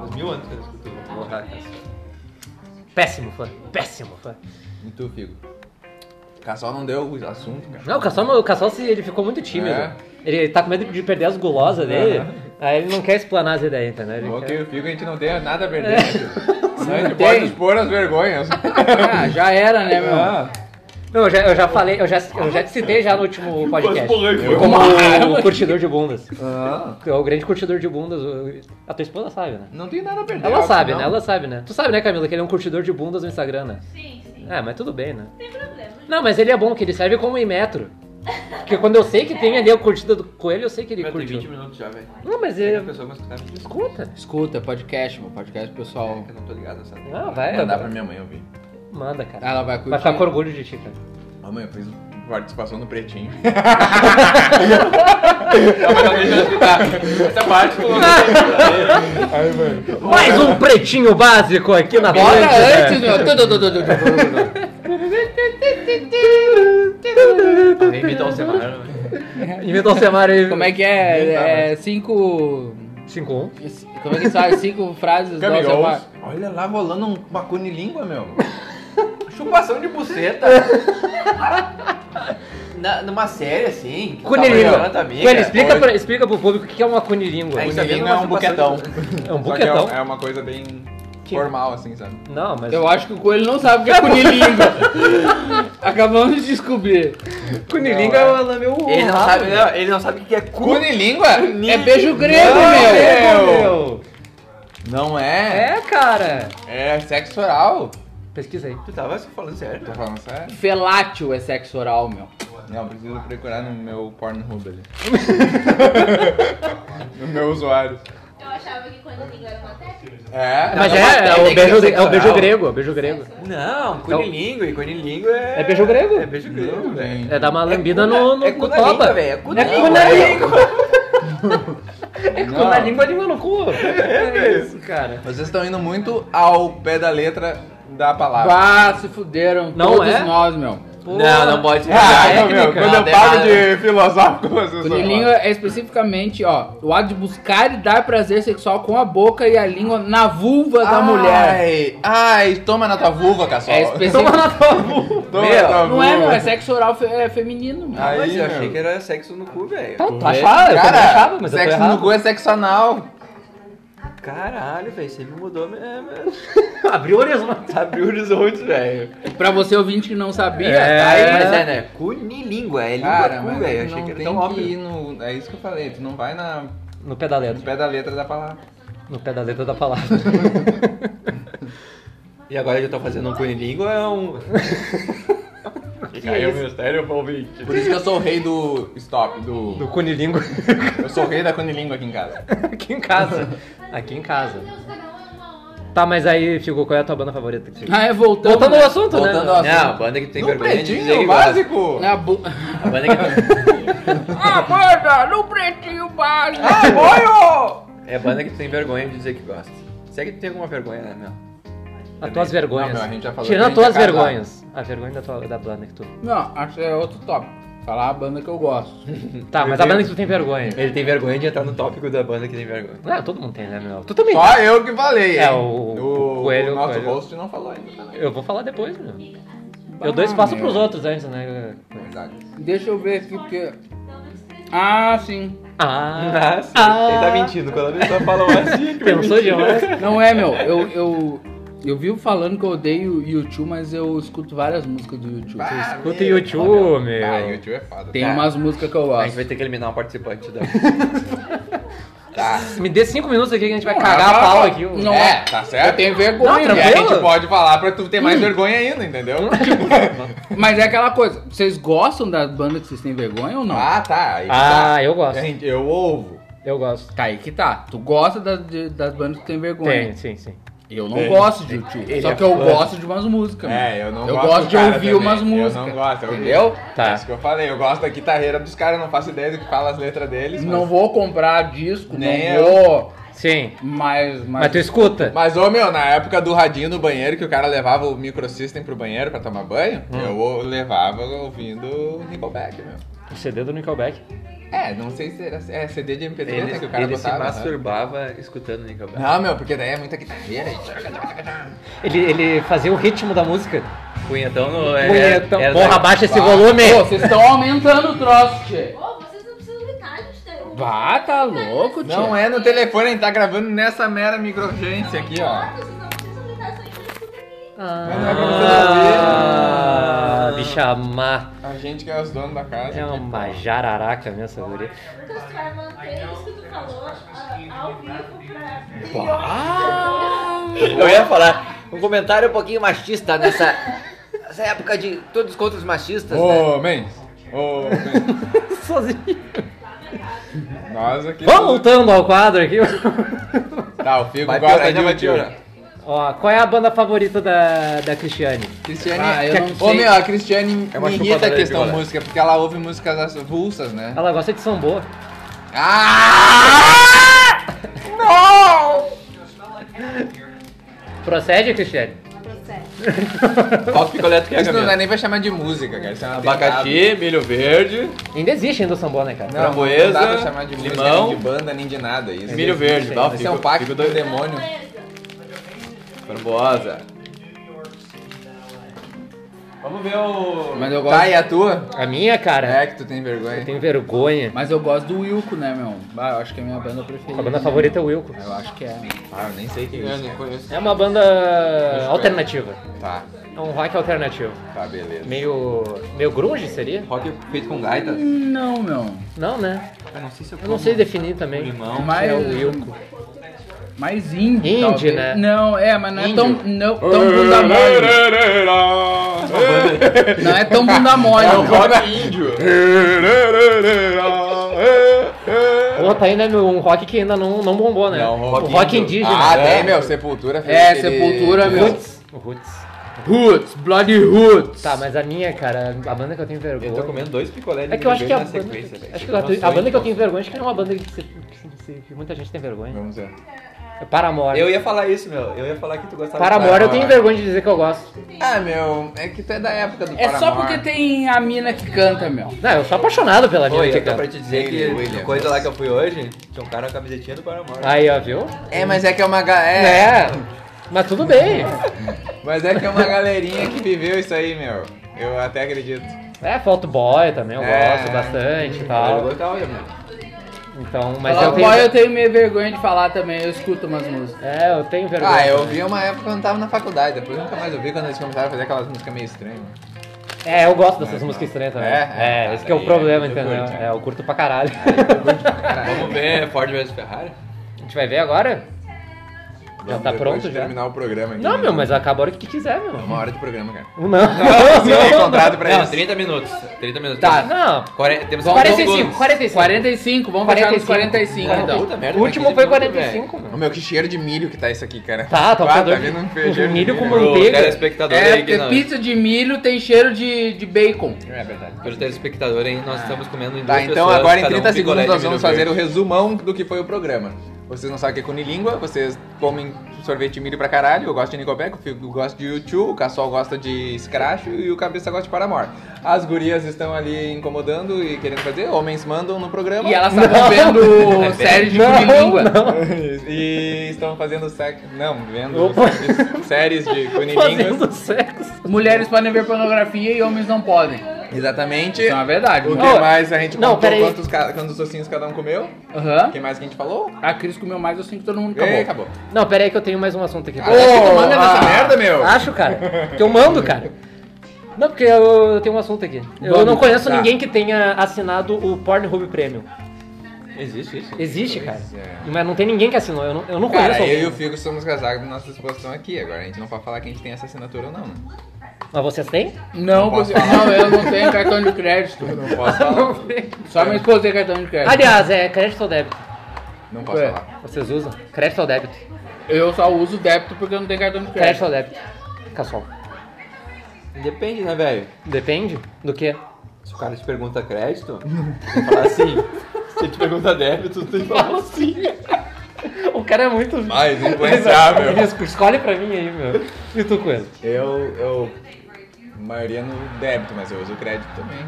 uns mil anos que eu não escuto. Péssimo fã. Péssimo fã. E tu, Figo? Cassol não deu o assunto, cara. Não, o Cassol, o Cassol se- ele ficou muito tímido. É. Ele tá com medo de perder as gulosas dele. Aí ele não quer explanar as ideias, entendeu? Ele Bom quer- que o Figo a gente não tem nada a perder. né? A gente Tem. pode expor as vergonhas. Ah, já era, né, meu? Não, eu já, eu já falei, eu já, eu já te citei já no último podcast. Eu- Como o curtidor de bundas. Tu é o grande curtidor de bundas. o- A tua esposa sabe, né? Ah, Não tem nada a perder. Ela É, óbvio, sabe, não. né? Ela sabe, né? Tu sabe, né, Camila, que ele é um curtidor de bundas no Instagram, né? Sim, sim. É, mas tudo bem, né? Não tem problema. Não, mas ele é bom, que ele serve como imetro. Porque quando eu sei que tem ali a curtida do coelho, eu sei que ele Meu, tem 20 curte. minutos já, velho. Não, mas Tem uma ele. pessoa vai escutar me desculpa, Escuta. Escuta, podcast, meu. Podcast, pessoal. eu não tô ligado nessa. Não, vai. Mandar É, pra minha mãe ouvir. Manda, cara. Ela vai curtir. Vai ficar com orgulho de ti, cara. Ó, mãe, eu fiz participação no Pretinho. Essa parte pô, não Mais um pretinho básico aqui na Bora Atlântida. antes, meu. Tu, tu, tu, tu, tu, tu, tu, tu. tem. Imita o Semana. né? Inventa o cenário aí. Como é que né? é? É cinco. 5-1. Como é que sabe? Cinco frases do Caminhões. Alcemar. Olha lá rolando um- uma cunilíngua, É meu. Chupação de buceta. Na- numa série assim. que Cunilíngua. tava olhando, amiga. Coelho, explica, Oi. pra, explica pro público o que é uma cunilíngua. É isso aí. Cunilíngua é um buquetão. É um Só que é, buquetão? é uma coisa bem formal, assim, sabe? Não, mas. Eu acho que o coelho não sabe o que é cunilingo. Acabamos de descobrir. Cunilinga Não, ela é meu. Ele não, sabe, não, ele não sabe o que é cu. Cunilíngua? É beijo grego, meu. Meu! Não é. É, cara. É sexo oral. Pesquisa aí. Tu tava falando sério? Tô falando sério? Felátil é sexo oral, meu. Não, preciso procurar no meu Pornhub ali. no meu usuário. Eu achava que quando língua era uma técnica. É? Mas não, é, é o técnica beijo, é o sexual. beijo grego, é o beijo grego. Não, cunilingo e cunilingo Então- é. É beijo grego. É beijo grego, Não, velho. gente. É dar uma lambida cu na- no, no, é no cu na toba. língua, velho, é cu na cu língua. É cu Não. na língua, língua no cu. É isso, cara. Vocês estão indo muito ao pé da letra da palavra. Bah, se fuderam. Não todos é? nós, meu. Não, não pode ser. Ah, técnica. meu, quando eu paro de filosófico, vocês Porque vão língua é especificamente, ó, o ato de buscar e dar prazer sexual com a boca e a língua na vulva da ai, mulher. Ai, toma na tua vulva, caçol. É específico. Meu, Toma na tua Não vulva. é, meu, é sexo oral fe- é feminino, meu. Ai, Mas eu meu. achei que era sexo no cu, velho. Tu achava? É, Eu também Cara, achava, mas eu tô sexo errado. no cu é sexo anal. Caralho, velho, você me mudou. minha- É, mas- Abriu o horizonte. Abriu horizontes, velho. Pra você ouvinte que não sabia, É. tá Aí, aí, mas né? é, né? Cunilíngua, é língua Cara, cu, mas velho. tu Achei não que era tem tão que óbvio. ir no... É isso que eu falei, tu não vai na... No pé da no letra. pé da letra da palavra. No pé da letra da palavra. E agora que eu tô fazendo um cunilíngua, é um. Fica aí o mistério, palvinte. Por isso que eu sou o rei do stop, do... No cunilingo. Eu sou o rei da cunilingo aqui em casa. Aqui em casa. Aqui em casa. Meu Deus, cada um é uma hora. Tá, mas aí, Figo, qual é a tua banda favorita? que você- Ah, é voltando. Voltando ao assunto, né? Voltando ao assunto. Não, banda que tem No vergonha de dizer pretinho que gosta. é básico. Na bu... A banda que... ah, manda, no pretinho básico. É a banda que tu tem vergonha de dizer que gosta. Se é que tu tem alguma vergonha, né, meu? As tuas vergonhas. Não, meu, a gente já falou que Tirando a as gente tuas é casado. vergonhas. A vergonha da, tua, da banda que tu. Não, acho que é outro top. falar a banda que eu gosto. Tá, mas a banda que tu tem vergonha. Ele tem vergonha de entrar no tópico da banda que tem vergonha. Não, todo mundo tem, né, meu? Tu também. Só eu que falei. É, hein? o- o o, Coelho- o nosso Coelho. host não falou ainda também. Eu vou falar depois, meu. Eu dou espaço pros outros antes, né? Verdade. Deixa eu ver aqui porque. Ah, sim. Ah, Nossa, ele tá mentindo. Quando a pessoa fala assim, que pensou mentira. demais. Não é, meu. Eu, eu, eu vivo falando que eu odeio YouTube, mas eu escuto várias músicas do YouTube. Ah, Escuta meu. YouTube, Ah, meu. YouTube é foda. Tem Tá. umas músicas que eu A gente gosto. vai ter que eliminar um participante da. Me dê cinco minutos aqui que a gente vai Não, cagar não, a pau não. aqui. ô. Não. É, tá certo. Eu tenho Hum. vergonha, Não, E né? a tranquilo. gente pode falar pra tu ter mais vergonha ainda, entendeu? Mas é aquela coisa, vocês gostam da banda que vocês têm vergonha ou não? ah, tá. Aí que tá. Ah, eu gosto. Gente, eu ouvo. Eu gosto. Tá aí que tá. Tu gosta das, de- das bandas que tem vergonha. Tem, sim, sim. Eu não gosto de YouTube. Só que eu gosto de umas músicas. É, mano. eu não eu gosto. gosto de cara, ouvir também. umas músicas. Eu não gosto, eu entendeu? Tá. Tá. Isso que eu falei, eu gosto da guitarreira dos caras, não faço ideia do que fala as letras deles. Não mas... vou comprar disco, Nem não eu. vou. Sim. Mas, mas, Mas tu escuta. Mas, ô meu, na época do radinho no banheiro, que o cara levava o microsystem pro banheiro pra tomar banho, Hum. eu levava ouvindo Nickelback, meu. O CD do Nickelback. É, não sei se era é CD de MP3 Ele, né, que o cara ele se botava. né? masturbava escutando Nickelback. Não, meu, porque daí é muita guitarreira. aí. Ele, ele fazia o ritmo da música. Punhetão no. é- Punhetão. era- Porra, abaixa esse Bah. volume. Pô, vocês estão aumentando o troço, tchê. Ô, vocês não precisam gritar, gente. Tem um- Vá, tá louco, tchê. Não é no telefone, a gente tá gravando nessa mera microurgência aqui, ó. Vocês não precisam gritar, só escuta aqui. Ah, bicha má. A gente que é os donos da casa. É uma jararaca mesmo, essa guria. Então, tu vai manter isso que tu falou ah, ao vivo pra... Eu ia falar um comentário um pouquinho machista nessa, nessa época de todos contra os É, machistas. né? Homens! Homens! Sozinho. Nós aqui. Vamos voltando ao quadro aqui. Tá, o Figo Vai gosta piorar, de né, vai YouTube. piorar. Ó, qual é a banda favorita da, da Cristiane? Cristiane. Ah, eu não Ô sei. meu, a Cristiane É uma me irrita a chupadora de questão viola. música, porque ela ouve músicas avulsas, né? Ela gosta de sambo. Ah! Não! Procede, Cristiane? Qual que picolé tu quer, Isso não dá Camila? nem pra chamar de música, cara. Isso é um atentado. Abacaxi, milho verde. Ainda existe ainda o sambo, né, cara? Não, não framboesa, dá pra chamar de música, limão. nem de banda, nem de nada. Isso. Milho verde, dá o Esse é um figo- pacto figo do doido. demônio. Framboesa. Vamos ver o. Mas eu gosto. Tá, e a tua? A minha, cara, É que tu tem vergonha. eu tenho vergonha. Mas eu gosto do Wilco, né, meu? Bah, eu acho que é a minha banda preferida. A banda favorita é o Wilco. Eu acho que é. Ah, eu nem sei quem é. Eu isso. né? nem conheço. É uma banda alternativa. Tá, É um rock alternativo. tá, beleza. Meio. meio grunge seria? um Rock feito com gaitas? Não, meu. Não, né? Eu não sei se Eu não sei definir também. Limão. Mais, É o Wilco. mais indie. Indie, talvez. né? Não, é, mas não é Indie. tão, não, tão bunda mole. Não é tão bunda mole. É um não. rock índio. Pô, tá ainda um rock que ainda não, não bombou, né? Não, um o rock rock, indígena. Ah, né? tem, meu, Sepultura. fez É, aquele- Sepultura, meu. Roots. Roots. Roots, Bloody Roots. Tá, mas a minha, cara, a banda que eu tenho vergonha. Eu tô comendo dois picolés de É que eu acho que a milho banda. verde na sequência, velho. Acho que a, a banda que eu tenho vergonha, acho que não é uma banda que, se- que se- que muita gente tem vergonha. Vamos ver. É Paramore. Eu ia falar isso, meu. Eu ia falar que tu gostava Paramore, eu tenho Paramore. vergonha de dizer que eu gosto. Ah, meu, é que tu é da época do É só Paramore. porque tem a mina que canta, meu. Não, eu sou apaixonado pela de... Oi, minha, eu tô cara. pra te dizer que William Williams. coisa lá que eu fui hoje, tinha um cara com a camisetinha do Paramore. Aí, ó, viu? É, mas é que é uma... ga- É, É. Mas tudo bem. mas é que é uma galerinha que viveu isso aí, meu. Eu até acredito. É, Foto Boy também, eu É. gosto bastante e Eu tal. gostava, meu. Então, mas eu Mas eu, tenho... eu tenho. tenho meio vergonha de falar também, eu escuto umas músicas. É, eu tenho vergonha. Ah, eu também. vi uma época quando tava na faculdade, depois nunca mais ouvi quando eles começaram a fazer aquelas músicas meio estranhas. É, eu gosto dessas músicas estranhas também. É? É, Ah, esse que é o daí problema, eu entendeu? curto. É, eu curto pra caralho. Vamos ver Ford vs Ferrari? A gente vai ver agora? Já tá Depois pronto de já? terminar o programa aqui. Não, né? meu, mas acaba a hora que tu quiser, meu. Uma hora de programa, cara. Não, não, Assinei não. contrato pra Não, eles. 30 minutos. 30 minutos. Tá. Não, Quare- Temos um 45, 45. 45, vamos fechar nos 45 então. Puta merda, o último mas foi 45, 45, Ô, mano. meu, que cheiro de milho que tá isso aqui, cara. Tá, tá ah, tá fedor de- vendo um cheiro de milho com né? Pro manteiga. telespectador É, aí que porque não. pizza de milho tem cheiro de, de bacon. É verdade. Pelo telespectador aí, nós estamos comendo em duas Tá, então pessoas, agora em cada um 30 picolé segundos de nós vamos milho fazer o verde. resumão do que foi o programa. Vocês não sabem o que é conilíngua, vocês comem sorvete de milho pra caralho. Eu gosto de Nickelback, o Figo gosta de U2, o Cassol gosta de Scratch e o Cabeça gosta de Paramore. As gurias estão ali incomodando e querendo fazer, homens mandam no programa. E elas estavam vendo série de Não, Cunilíngua. E estão fazendo sexo. Não, vendo séries- séries de conilínguas. Fazendo sexo. Mulheres podem ver pornografia e homens não podem. Exatamente. Isso é uma verdade. O que mano. Ô, mais a gente não, contou? pera aí. Quantos, ca- quantos ossinhos cada um comeu? Aham. O que mais que a gente falou? A Cris comeu mais assim que todo mundo Acabou. acabou. Ei, acabou. Não, pera aí que eu tenho mais um assunto aqui. Cara, acho que tu manda nessa ah, merda, meu. Acho, cara. Que eu mando, cara. Não, porque eu, eu tenho um assunto aqui. Eu Vamos, não conheço tá. ninguém que tenha assinado o Pornhub Premium. Existe isso? Existe, cara. é. Mas não tem ninguém que assinou. Eu não, eu não Cara, conheço. eu alguém. e o Figo somos casados nossa exposição aqui. Agora a gente não pode falar que a gente tem essa assinatura ou não, né? Mas vocês têm? Não, posso porque- não, eu não tenho cartão de crédito. Não posso falar. Só minha esposa tem cartão de crédito. Aliás, é crédito ou débito? Não posso É. falar. Vocês usam? Crédito ou débito? Eu só uso débito porque eu não tenho cartão de Crédito crédito. ou débito? Cassol. Depende, né, velho? Depende do que? Se o cara te pergunta crédito, tu tem que falar sim. Se ele te pergunta débito, tu tem que falar assim. sim. O cara é muito. Mas Ah, influenciável. Risco, Escolhe pra mim aí, meu. E tu com ele? Eu, eu. a Maioria no débito, mas eu uso crédito também.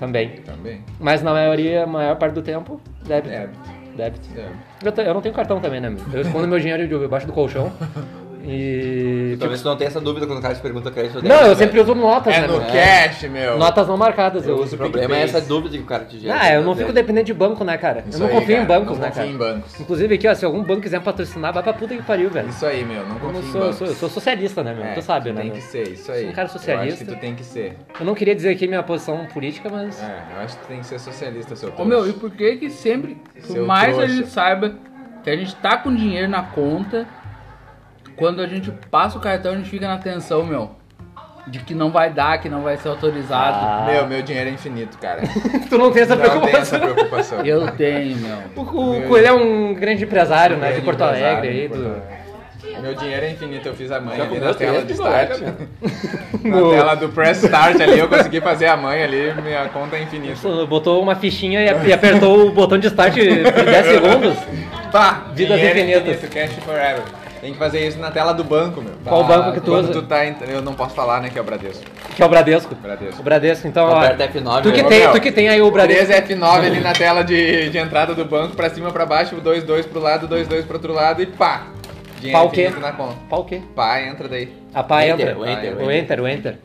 Também. Também. Mas na maioria, a maior parte do tempo, débito. Débito. Débito. É. Eu, te- eu não tenho cartão também, né, meu? Eu escondo meu dinheiro debaixo do colchão. E. tipo, Talvez tu não tenha essa dúvida quando o cara te pergunta crédito ou débito. Não, eu velho. sempre uso notas, É né, no meu? cash, meu. Notas não marcadas, eu, uso. O problema é essa dúvida que o cara te gera. Ah, eu não fico dependente de banco, né, cara? Isso eu não aí, confio cara. em bancos, Não né, confio cara? em bancos. Inclusive aqui, ó, se algum banco quiser me patrocinar, vai pra puta que pariu, velho. Isso aí, meu. Não Eu, não confio em sou, eu, bancos. sou, eu sou socialista, né, meu? É, tu sabe, né? Tem meu? que ser, isso aí. Sou um cara Eu acho socialista. que tu tem que ser. Eu não queria dizer aqui minha posição política, mas. É, eu acho que tu tem que ser socialista, seu Ô trouxa. meu, e por que que sempre, por Seu mais trouxa. a gente saiba que a gente tá com dinheiro na conta, quando a gente passa o cartão a gente fica na tensão, meu. De que não vai dar, que não vai ser autorizado. Meu, meu dinheiro é infinito, cara. Ah, tu não tem essa Não tem preocupação. né, essa preocupação. Eu tenho, meu. O, o Coelho é um grande empresário, né? De Grande Porto empresário, Alegre aí, de Porto do. Alegre. Meu dinheiro é infinito, eu fiz a mãe Já ali comeu na três tela do picolé, né, start. na No- tela do press start ali, eu consegui fazer a mãe ali, minha conta é infinita. Botou uma fichinha e ap- e apertou o botão de start por 10 segundos. Pá, Vidas dinheiro infinitas. infinito, cash forever. Tem que fazer isso na tela do banco, meu. Qual banco que tu Quando usa? tu tá, ent- eu não posso falar, né, que é o Bradesco. Que é o Bradesco. Bradesco. O Bradesco, então, ó. Aperta F9, Tu que, meu. tem, Meu, tu que tem aí o Bradesco. 3 F9 ali na tela de, de entrada do banco, pra cima, pra baixo, 2, 2 pro lado, 2, 2 pro outro lado e pá. Dinheiro Pá o quê? infinito na conta. Pau o quê? Pá, entra daí. A pá Enter, entra. o enter, O enter, o enter.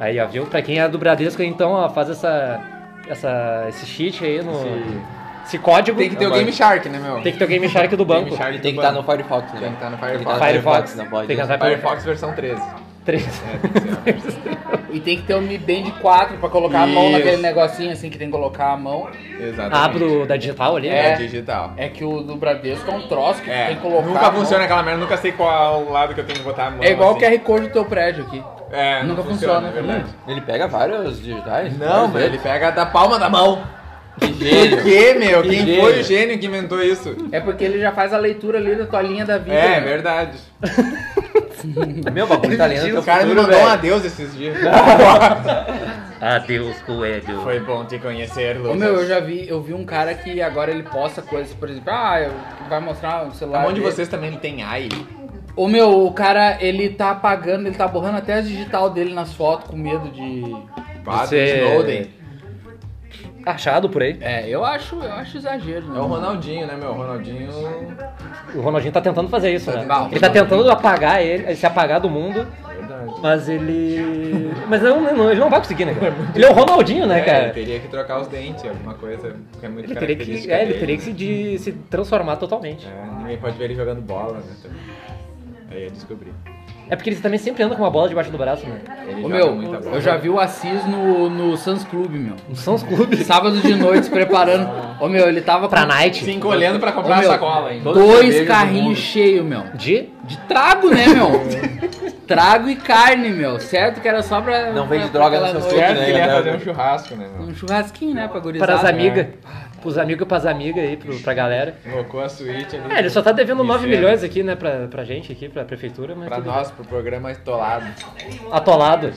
Aí, ó, viu? Pra quem é do Bradesco, então, ó, faz essa. essa esse cheat aí no. Esse código. Tem que ter o Game Shark, né, meu? Tem que ter o Game Shark do banco. Game Shark Tem do que estar banco. no Firefox, né? Tem que estar no Tem que Firefox. tá Firefox. não pode. Tem que andar pelo Firefox versão 13. Três. É, E tem que ter um Mi Band 4 pra colocar a mão Isso. naquele negocinho assim que tem que colocar a mão. Exatamente. Ah, pro da digital ali? É né? digital. É que o do Bradesco é um troço que É. tem que colocar. a Nunca mão. funciona aquela merda, nunca sei qual lado que eu tenho que botar a mão. É igual o assim. QR Code do teu prédio aqui. É, Nunca não funciona, é verdade. Ele pega vários digitais? vários Não, é. meu, ele dedos. pega da palma da mão. Que Por gênio. quê, meu? Que Quem gênio. foi o gênio que inventou isso? É porque ele já faz a leitura ali da tua linha da vida. É, né? verdade. Meu, o bagulho tá lendo. O cara me mandou um adeus esses dias. Adeus, coelho. Foi bom te conhecer, Ô Lucas. meu, eu já vi, eu vi um cara que agora ele posta coisas, por exemplo, ah, eu- vai mostrar o A celular. mão de dele. vocês também tem AI. Ô meu, o cara ele tá apagando, ele tá borrando até as digital dele nas fotos com medo de. Você... Snowden. Achado por aí. É, eu acho, eu acho exagero, né? É o Ronaldinho, né, meu? O Ronaldinho. O Ronaldinho tá tentando fazer isso, né? tentando. Ele tá tentando apagar ele, se apagar do mundo. Mas ele. Mas não, não, ele não vai conseguir, né, cara? Ele é o Ronaldinho, né, É, ele cara? teria que trocar os dentes, alguma coisa que é muito Ele teria que, característica é, ele dele, teria né? que se, de- se transformar totalmente. É, ninguém pode ver ele jogando bola, né? Também. Aí eu descobri. É porque ele também sempre anda com uma bola debaixo do braço, né? Ele Ô joga meu, muita bola. eu já vi o Assis no, no Suns Club, meu. São os clubes. Sábado de noite se preparando. Ô meu, ele tava com Pra night. Se encolhendo pra comprar Ô, meu, a sacola, hein? Todos os cervejos dois do carrinhos mundo. cheios, meu. De? De trago, né, meu? trago e carne, meu. Certo que era só pra. Não vende pra- droga pra no aquela Suns noite. Club, Certo que ele ia né, fazer um meu? churrasco, né? meu? Um churrasquinho, né, pra gurizada. Para as amigas. Pros amigos e pras amigas aí, pro, pra galera. Colocou a suíte ali. É, ele só tá devendo Isso 9 é. milhões aqui, né, pra, pra gente aqui, pra prefeitura, mas Pra tudo nós, pro programa estolado. bem. atolado.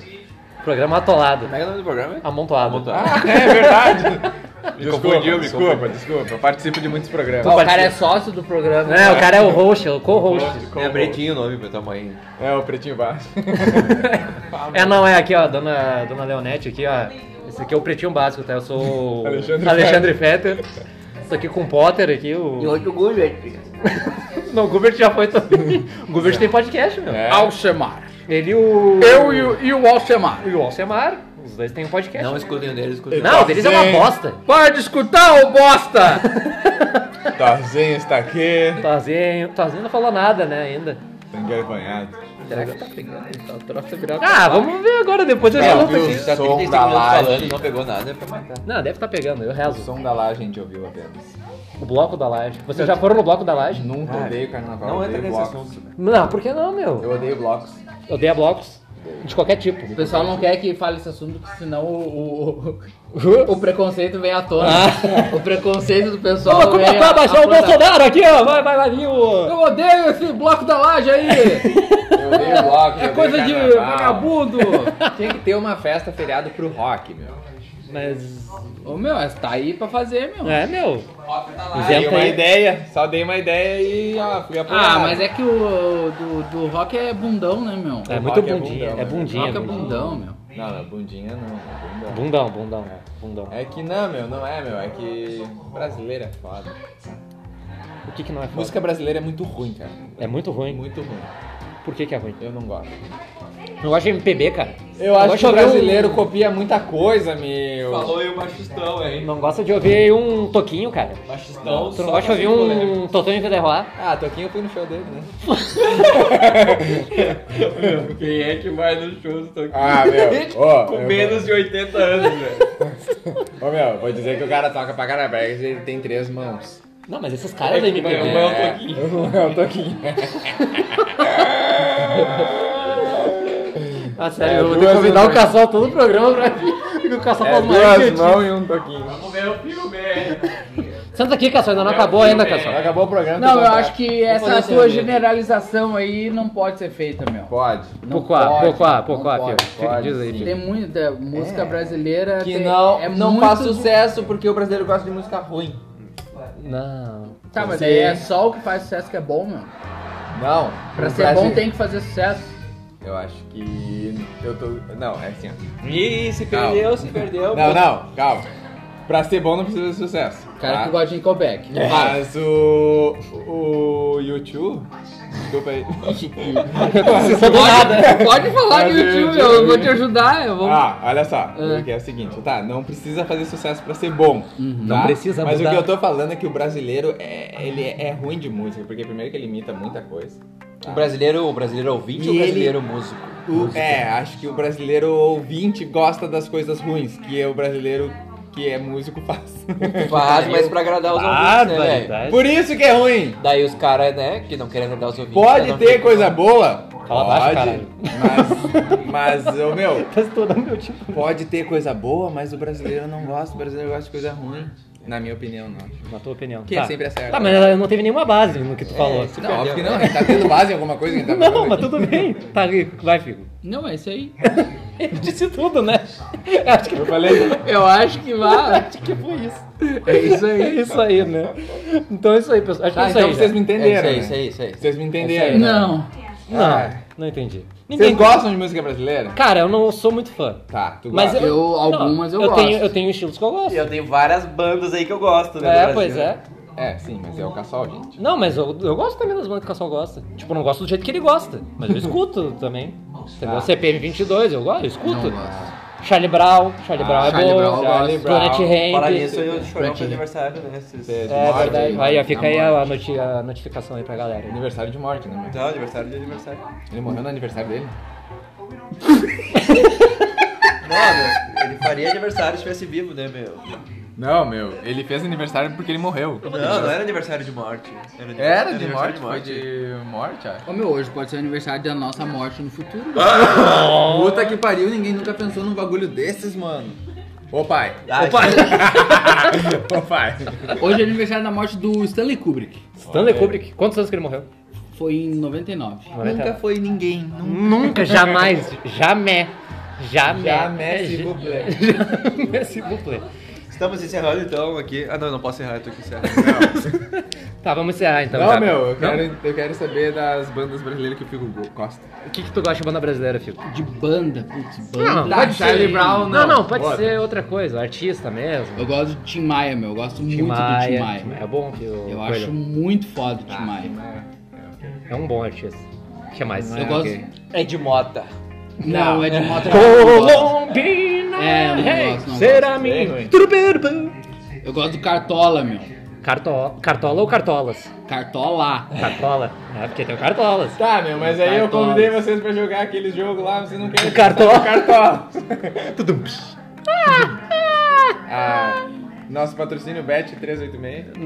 Programa atolado. Como é que é o nome do programa? Amontoado. Amontoado. Ah, é verdade! Me Desculpa, confundiu, me desculpa, confundiu. desculpa. Eu participo de muitos Ó, programas. o cara é sócio do programa. Não, o cara é o host, é o co-host. É pretinho o nome pra tua mãe. É, o Pretinho Baixo. É, não, é aqui, ó, dona, dona Leonete aqui, ó. Esse aqui é o pretinho básico, tá? Eu sou o Alexandre Alexandre Fetter. Tô aqui com o Potter aqui, E o. hoje o Gulliver. Não, o Gubert já foi também. O Gubert tem podcast, meu. É. Alcemar. Ele e o. Eu e o, e o Alcemar. E o Alcemar. Os dois têm um podcast. Não Não, escutem o dele, escutem. Ele não o deles é uma Sim. bosta. Pode escutar, ô bosta! Tarzinho está aqui. Tazinho. Tazinho não falou nada, né, ainda. Tá envergonhado. Será que tá pegando? Ele Tá, o troço tá virado. Ah, vamos ver agora, depois eu Não, conto viu? aqui. Tá Som 35 da minutos laje. falando, não pegou nada, é pra matar. Não, deve estar pegando, eu O rezo. som da laje a gente ouviu apenas. O bloco da laje. Vocês já foram no bloco da laje? Nunca odeio carnaval, Ah, não entra odeio nesse blocos. né? Não, por que não, meu? Eu odeio blocos. Eu odeio blocos de qualquer tipo. O pessoal não quer que fale esse assunto, porque senão o, o, o preconceito vem à tona. O preconceito do pessoal. Ah! Vamos vem começar é, a baixar o tona. Bolsonaro aqui, ó. Vai, vai, vai vir o. Eu odeio esse bloco da laje aí! Eu odeio blocos, É eu coisa de odeio carnaval. vagabundo! Tinha que ter uma festa feriado pro rock, meu. Mas. Ô meu, mas tá aí pra fazer, meu. É, meu. Dei Isenta uma aí. ideia, só dei uma ideia e ó, fui apoiado. Ah, mas é que o do, do rock é bundão, né, meu? É O muito rock é bundinha. bundão, É né? bundinha. rock é bundinha. bundão, meu. Não, não, bundinha não, não, bundão. Bundão, bundão. Bundão. É que não, meu, não é, meu, é que brasileira é foda. O que que não é foda? Música brasileira é muito ruim, cara. É muito É ruim. muito ruim. Por que que é ruim? Eu não gosto. Eu gosto de MPB, cara. Eu acho gosto que o de ouvir um- brasileiro copia muita coisa, meu. Falou aí o machistão, hein? Não gosta de ouvir um toquinho, cara. Machistão. Tu não gosta de ouvir um Totônio Federroar? Ah, Toquinho eu fui no show dele, né? Quem é que vai no show do Toquinho? Ah, meu. Ó, É, Com eu- menos de 80 anos, velho. Ô, meu, vou dizer que o cara toca pra caramba, é que ele tem três mãos. Não, mas esses caras da Não MPB. é o Toquinho. É o Toquinho. Ah, sério, eu vou É duas ter que convidar o mãos. Cassol todo o programa pra vir. O Cassol É faz mais duas gente. mãos e um Toquinho. Vamos ver o filme, hein? Senta aqui, Cassol, ainda não acabou ainda, Cassol. É Acabou o programa. Não, tem eu contrato. acho que essa fazer tua assim, generalização aí não pode ser feita, meu. Pode. Não Pocoá, pode, Pocoá, não Pocoá, pode. filho. Fica- Diz aí, Tem filho. muita música brasileira Que tem- não, é não muito- faz sucesso porque o brasileiro gosta de música ruim. Não. Tá, mas aí é só o que faz sucesso que é bom, meu. Não. Pra o ser Brasil- bom tem que fazer sucesso. Eu acho que. Eu tô. Não, é assim, ó. Ih, se Calma. perdeu, se perdeu. Não, não, calma. Pra ser bom não precisa de sucesso. O cara tá? que gosta de Nickelback. Mas o. O YouTube. Desculpa aí. Não do nada. Pode falar de Mas eu- YouTube, meu. Eu vou te ajudar. Eu vou... Ah, olha só, É. o que é o seguinte, tá, não precisa fazer sucesso pra ser bom, Não tá? precisa Mas mudar. o que eu tô falando é que o brasileiro é, ele é é ruim de música, porque primeiro que ele imita muita coisa. O brasileiro, o brasileiro ouvinte E ou o ele- brasileiro músico? O- é, acho que o brasileiro ouvinte gosta das coisas ruins, que é o brasileiro que é músico faz. Faz, mas pra agradar os ouvintes, né, velho? Barbaridade. Por isso que é ruim. Daí os caras, né, que não querem agradar os ouvintes. né, Pode não ter ficam- coisa boa. Fala baixo, caralho. Mas, mas, ô meu, Tá estourando meu tipo. pode ter coisa boa, mas o brasileiro não gosta, o brasileiro gosta de coisa ruim. Na minha opinião, não. Na tua opinião. Que tá. sempre acerta. Tá, mas ela não teve nenhuma base no que tu falou. Não, óbvio que não, né? a gente tá tendo base em alguma coisa que a gente tá Não, mas tudo bem. Tá, rico. vai, Figo. Não, é isso aí. Ele disse tudo, né? Acho que Eu falei, Eu acho que vai. Acho que foi isso. É isso aí. É isso aí, né? Então é isso aí, pessoal. Acho que é ah, isso então aí. vocês me É isso entenderam. aí, né? isso aí, isso aí. Vocês me entenderam. né? Não. já. Não, Ah. não entendi. Vocês gostam de música brasileira? Cara, eu não sou muito fã. Tá, tu Mas gosta. eu, Eu- algumas eu eu Tenho, gosto. eu tenho estilos que eu gosto. Eu tenho várias bandas aí que eu gosto, né? É, do Brasil. pois é. É, sim, mas é o caçol, gente. Não, mas eu, eu gosto também das bandas que o Cassol gosta. Tipo, eu não gosto do jeito que ele gosta, mas eu escuto também. Entendeu? Ah. CPM 22, eu gosto, eu escuto. Não gosto. Charlie Brown, Charlie Ah, Brown é Charlie bom. Brown, Charlie Brown. Planet Hemp. Fala nisso, eu um chorei Prontinho. pro aniversário, né? Esses- Você É morte, verdade. né? Aí, ó, fica aí Namora. a, noti- a notificação aí pra galera. Aniversário de morte, né? meu? Não, aniversário de aniversário. Não, Ele morreu no aniversário dele? meu, ele faria aniversário se estivesse vivo, né, meu? Não, meu, ele fez aniversário porque ele morreu. Não, não era aniversário de morte. Era de aniversário morte? Foi de morte, acho. Ô, meu, hoje pode ser o aniversário da nossa morte no futuro. Puta que pariu, ninguém nunca pensou num bagulho desses, mano. Ô pai, Ah, ô pai. Hoje é aniversário da morte do Stanley Kubrick. Stanley Kubrick, quantos anos que ele morreu? Foi em 99. Nunca foi ninguém. Nunca. Nunca, jamais, jamais, jamais. Jamais, s'il vous plaît. Jamais, s'il vous plaît. Estamos encerrando então aqui. Ah, não, não posso encerrar, eu tô aqui encerrando. Tá, vamos encerrar então. Não, já. meu, eu quero, eu quero saber das bandas brasileiras que o Figo gosta. O que, que tu gosta de banda brasileira, Fico? De banda, putz, banda. Não, não, Tá, pode Charlie ser. Brown, Não, não. não, pode Bora. ser outra coisa, artista mesmo. Eu gosto do Tim Maia, meu. Eu gosto Tim muito do Tim Maia. Maia. Tim Maia É Ah, bom que o Eu Coelho acho muito foda o Tim Maia. é um bom artista. O que mais? Eu gosto. É de mota. Não, é de moto. eu não gosto. Colombina, É, eu não hey, gosto, não será gosto. mim. Tudo bem, tudo bem. Eu gosto do Cartola, meu. Cartola, cartola ou cartolas? Cartola. Cartola. É, porque tem o cartolas. Tá, meu, mas aí eu Cartola. convidei vocês pra jogar aquele jogo lá, vocês não querem. O Cartola. O Cartola. Ah, nosso patrocínio Bet 386.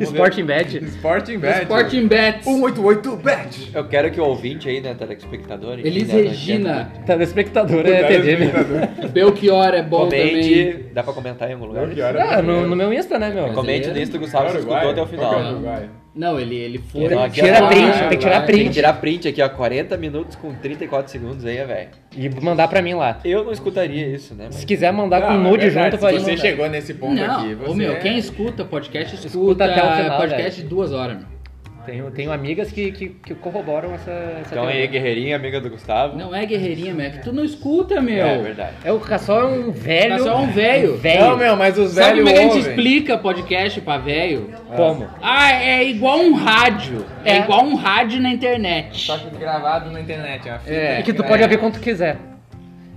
Sporting Bet. Sporting Bet. Sporting Bets. 188 Bet. Eu quero que o ouvinte aí, né, telespectador. enfim, Elis né, não Regina. Telespectador é TD mesmo. Belchior é bom também. Comente. Dá pra comentar em algum lugar? Que hora? Ah, no, no meu Insta, né, meu? Comente no Insta, Gustavo, se Uruguai? escutou até o Qual que é final. né? Uruguai? Não, ele, ele foi. Tira- Não, Tira aquela- print, tem que tirar Tem Tem que print. tirar print aqui, ó. 40 minutos com 34 segundos aí, é, velho. E mandar pra mim lá. Eu não escutaria isso, né? Se quiser mandar Não, com é nude verdade, junto, pode Se você mandar. chegou nesse ponto Não, aqui, você... é ô meu, quem é escuta podcast escuta, Escuta até o final, podcast de duas horas, meu. Tenho, tenho amigas que, que, que corroboram essa, essa Então aí, teoria. guerreirinha, amiga do Gustavo. Não é guerreirinha, meu, é que tu não escuta, meu. É verdade. É o Cassol é um velho. Cassol é um velho. Não, meu, mas os Sabe velhos como é que a gente ouvem. explica podcast pra velho? Como? Ah, é igual um rádio. É. É, igual um rádio na internet. Só que gravado na internet, é uma fita. É. E que tu pode abrir quando tu quiser.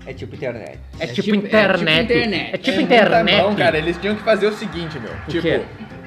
É tipo internet. É, É tipo, tipo- é internet. tipo internet. É tipo É internet. muita mão, cara, eles tinham que fazer o seguinte, meu. tipo, quê?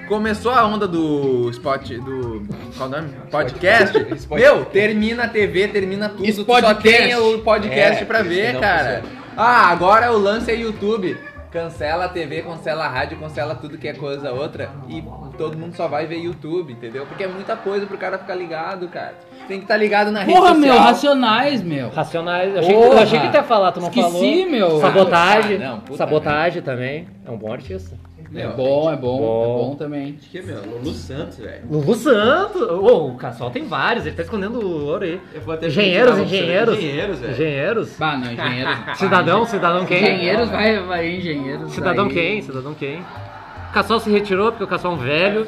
começou a onda do spot do qual o nome? Podcast. meu, termina a TV, termina tudo, tu só Spodcast. tem o podcast É, pra isso ver, não cara. Ah, agora o lance é YouTube. Cancela a TV, cancela a rádio, cancela tudo que é coisa outra e todo mundo só vai ver YouTube, entendeu? Porque é muita coisa pro cara ficar ligado, cara. Tem que estar ligado na rede Porra, social. meu, racionais, meu. É Racionais. Eu achei, que, eu Porra! achei que tu ia falar, tu não Esqueci, falou. meu. Sabotagem. Ah, não, puta sabotagem também. É um bom artista. É bom, é bom, Bom. é bom também. Que, meu? Lulu Santos, velho. Lulu Santos. Ô, o Cassol tem vários, ele tá escondendo o ouro aí. Eu vou até Engenheiros, procurar você. engenheiros. Engenheiros, velho. um Engenheiros. Bah, não, engenheiros. Cidadão, cidadão quem? Ah, Engenheiros, vai, vai, engenheiros. Cidadão aí. quem? Cidadão quem? Cassol se retirou porque o Cassol é um velho.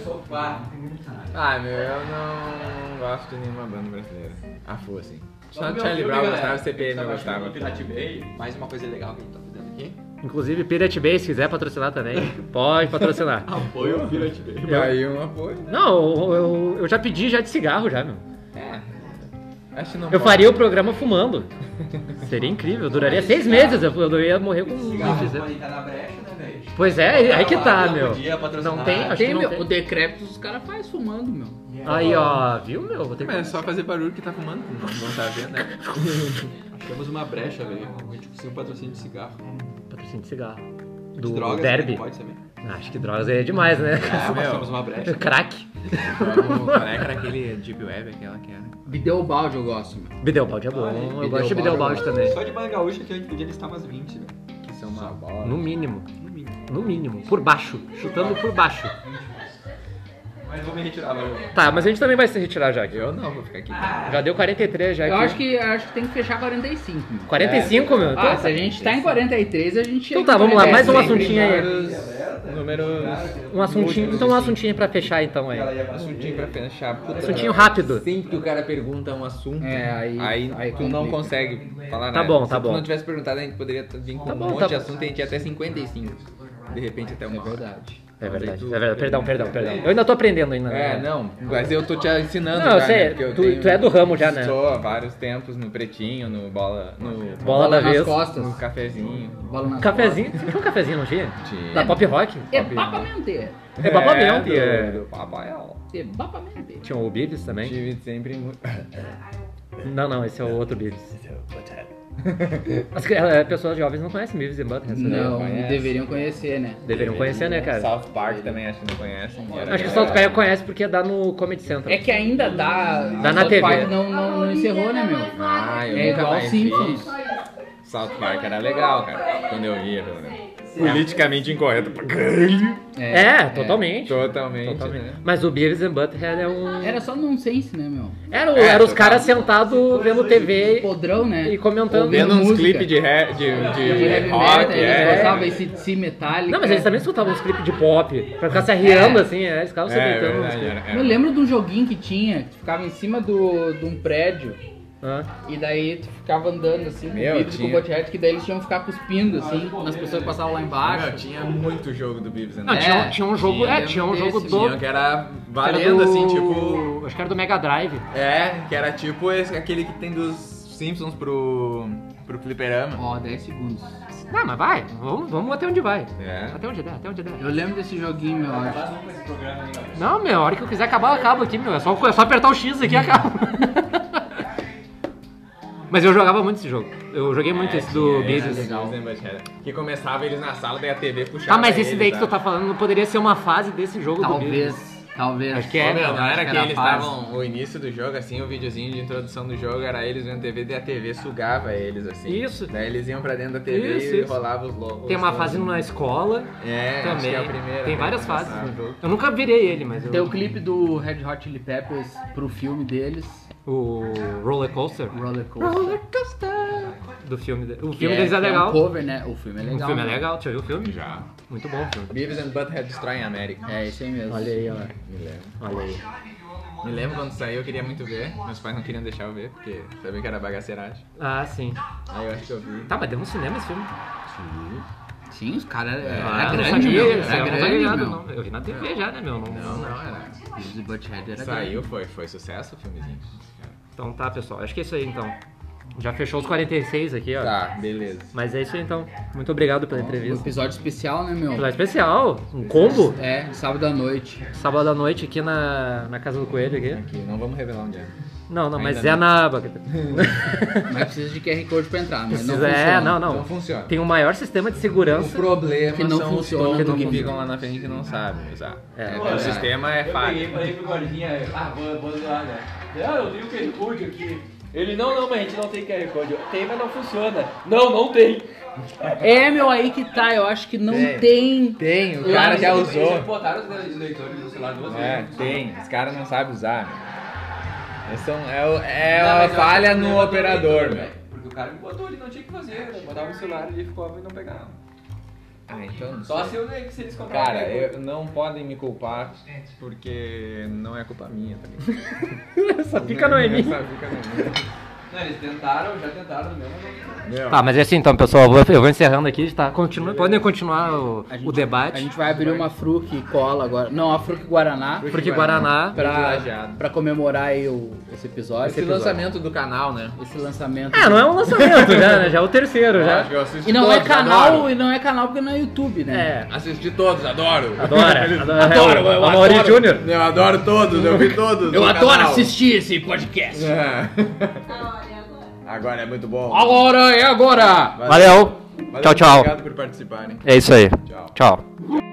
Ah, meu, eu não gosto de nenhuma banda brasileira. Ah, for, assim. Só Meu, Charlie filme, Brown galera. gostava, CPM eu Tava gostava. junto, Piratibei. Mais uma coisa legal que a gente tá fazendo aqui. Inclusive, Pirate Bay, se quiser patrocinar também, pode patrocinar. Apoio o Pirate Bay. E aí um apoio. Não, eu, eu- eu já pedi já de cigarro já, meu. Acho que não Eu pode. faria o programa fumando. Seria incrível, duraria seis meses, eu, eu ia morrer com Cigarro, um aí tá na brecha, né, velho? Pois é, aí que tá, Não meu. podia patrocinar. Não tem, acho que Tem, não meu, O tem. decrépito os caras faz fumando, meu. Aí, ó, viu, meu? Vou ter que... Mas é só fazer barulho que tá fumando, não, não tá vendo, né? Temos uma brecha, velho. A gente conseguiu um patrocínio de cigarro. um Patrocínio de cigarro. De Do drogas, Derby. né? Pode saber. Ah, Acho que drogas aí é demais, né? Ah, meu. temos uma brecha. Crack. Qual é que era aquele Deep Web, aquela que era? Bideobaldi eu gosto, meu. Bidelbalde é bom, eu gosto de Bidelbalde também. Só de banda gaúcha que a gente podia listar umas 20, velho. Que são uma bola. No mínimo. No mínimo. Por baixo. Chutando por baixo. Mas vou me retirar, velho. Tá, mas a gente também vai se retirar já aqui. Eu não, vou ficar aqui. Já deu 43 já aqui. Eu acho que, acho que tem que fechar 45, meu. 45, meu? Então Ah, tá. se a gente tá em 43, a gente. Então tá, vamos lá, mais um uma assuntinho aí. Números... Números... Um assuntinho, então um assuntinho pra fechar então aí. Assuntinho é pra fechar. Puta, Assuntinho rápido. Sempre que o cara pergunta um assunto, É, aí- aí, aí tu não complica. consegue falar Tá nada. bom, tá Se bom. tu não tivesse perguntado, a gente poderia t- vir com Tá um bom, monte tá de bom. assunto e a gente ia até 55. De repente até uma É hora. verdade. É verdade, é verdade. Perdão, perdão, perdão. Eu ainda tô aprendendo ainda. né? É, não, mas eu tô te ensinando. Não, eu já, sei, né, porque eu tu- tenho- tu é do ramo já, né? Sou há vários tempos no pretinho, no bola. No Bola, da nas vez. costas. No cafezinho. Bola nas Cafezinho. Você tinha um cafezinho no dia? Tinha. Da Pop Rock? costas. É papamenteiro. Tá, É babamento. É, do, do Papael. É papamenteiro. Tinha o Bibis também? Tive sempre muito. Não, não, esse é o outro Bibis. As que- eh, pessoas jovens não conhecem Bibis e Butthead. né? Não, conhece. deveriam conhecer, né? Deveriam conhecer, né, cara? South Park também acho que não conhecem. Era Acho que é o legal. Salto Caio conhece porque dá no Comedy Central. É que ainda dá. Dá na South TV. Park Não, não, não encerrou, né, meu? Ah, eu É nunca igual mais Simpsons. vi. South Park era legal, cara. Quando eu ia, pelo menos. Politicamente incorreto pra caralho. É, totalmente. Totalmente. Totalmente. né? Mas o Beavis and Butthead é um. Era só nonsense, né, meu? Era, o- É, era os total. caras sentados vendo TV. Podrão, né? E comentando. Ouvindo Vendo uns música. clipes de, re- de, É. de, De heavy rock, metal, é. ele gostava esse DC Metallica. Não, mas eles também escutavam uns clipes de pop. Pra ficar se arriando É. assim, é, eles ficavam se É, deitando nos verdade, clipes. era- era. Eu lembro de um joguinho que tinha, que tu ficava em cima do, de um prédio, Ah. e daí tu ficava andando assim, com Meu, o vídeo com o tinha. Bothead, que daí eles tinham que ficar cuspindo, assim, nas pessoas que passavam lá Meu, embaixo. tinha muito jogo do Beavis and Não, É, Butthead. tinha, tinha um jogo. tinha, é, tinha um lembro jogo desse, do. Tinha que era que era valendo, do- assim, tipo... Acho que era do Mega Drive. É, que era tipo esse, aquele que tem dos Simpsons pro, pro fliperama. Ó, 10 segundos. Não, mas vai, vamos, vamos até onde vai. É. Até onde der, até onde der. Eu lembro desse joguinho, meu. eu acho. Não, meu, a hora que eu quiser acabar, eu acabo aqui, meu. É só, é só apertar o X aqui e acaba. Mas eu jogava muito esse jogo. Eu joguei muito esse do Beatles. É, legal. Que começava eles na sala, daí a TV puxava Ah, mas esse eles, né? daí que sabe? tu tá falando não poderia ser uma fase desse jogo do Beatles. Talvez, talvez. Acho que é. Ô, meu, não Acho era que que era eles fase. estavam o início do jogo, assim, o videozinho de introdução do jogo era eles vendo TV e a TV sugava eles, assim. Isso. Daí eles iam pra dentro da TV Isso, e isso. rolava os loucos. Tem uma fase na escola É, acho também. que é a primeira, Tem né, várias que fases. passava. né? Eu nunca virei ele, mas eu... Tem o clipe do Red Hot Chili Peppers pro filme deles, O Roller Coaster. Roller Coaster. Roller Coaster. Do filme. de- O que filme deles é que legal. um cover, né? O filme é O legal. filme é né? legal, tu já viu o filme? Já. Muito bom o filme. Beavis and Butthead destroem a América. É, isso aí mesmo. Olha aí, ó. Me lembro. Olha aí. Me lembro quando saiu, eu queria muito ver. Meus pais não queriam deixar eu ver, porque sabiam que era bagaceiragem. Ah, sim. Aí eu acho que eu vi. Tá, mas deu no cinema esse filme. Sim, os caras... É, Ah, eu não grande, sabia, meu. esse eu Era não grande, ligado, meu. não. Eu vi na TV já, né, meu? Não- Não, não, era. Beavis e Butthead era grande. Saiu, foi, foi sucesso o filmezinho. Então tá, pessoal. Acho que é isso aí, então. Já fechou os 46 aqui, ó. Tá, beleza. Mas é isso aí, então. Muito obrigado pela Um entrevista. episódio especial, né, meu? Episódio especial. Um combo. É, sábado à noite. Sábado à noite aqui na, na Casa do Coelho aqui. Aqui, não vamos revelar onde é. Não, não, mas Ainda é não. na aba. Mas precisa de QR Code pra entrar, mas não Precisa, é, funciona. não, Não, não. funciona. Tem o maior sistema de O segurança. problema Que não são funciona, os que não tontos que funciona. ficam lá na frente que não sabem usar. É, É, é. o sistema é Eu peguei e falho. falei pro Gordinha, ah, vou, vou zoar, né? Ah, eu vi o QR Code aqui. Ele, não, não, mas a gente não tem QR Code. Eu, Tem, mas não funciona. Não, não tem. É, meu, aí que tá, eu acho que não Tem. tem. Tem, o cara já Eles botaram os grandes leitores no celular duas É, vezes. tem. Os caras não sabem usar. meu. Eles são, é o- é Não, mas eu a acho que falha o no problema do operador, leitor, meu. Porque o cara me botou, ele não tinha o que fazer. Né? Botava o celular e ficava e não pegava. Ah, então não Só sei. se, eu, se eles compraram. Cara, QR Code. eu, não podem me culpar porque não é culpa minha. Tá ligado? Essa pica não é minha. Essa fica no Não, eles tentaram, já tentaram mesmo. mas mim. Meu, Tá, mas é assim então, pessoal. Eu vou, eu vou encerrando aqui, tá? Continua, podem continuar o, A gente- o debate. A gente vai abrir uma fruque e cola agora. Não, a fruque Guaraná. Porque Guaraná. Pra, Privilegiado. pra comemorar aí o, esse episódio. Esse lançamento do canal, né? Esse lançamento. Ah, não é um lançamento já, né? Já é o terceiro já. Lógico, eu assisto E não é todos, canal, adoro. e não é canal porque não é YouTube, né? É. Assisti todos, adoro. Adora, adora. adoro, É eu Amaury Júnior. Eu adoro todos, eu vi todos. Eu no adoro canal. assistir esse podcast. É. Olha, agora. Agora é muito bom. Agora é agora! Valeu. Valeu. Tchau, tchau. Obrigado por participarem. É isso aí. Tchau. Tchau.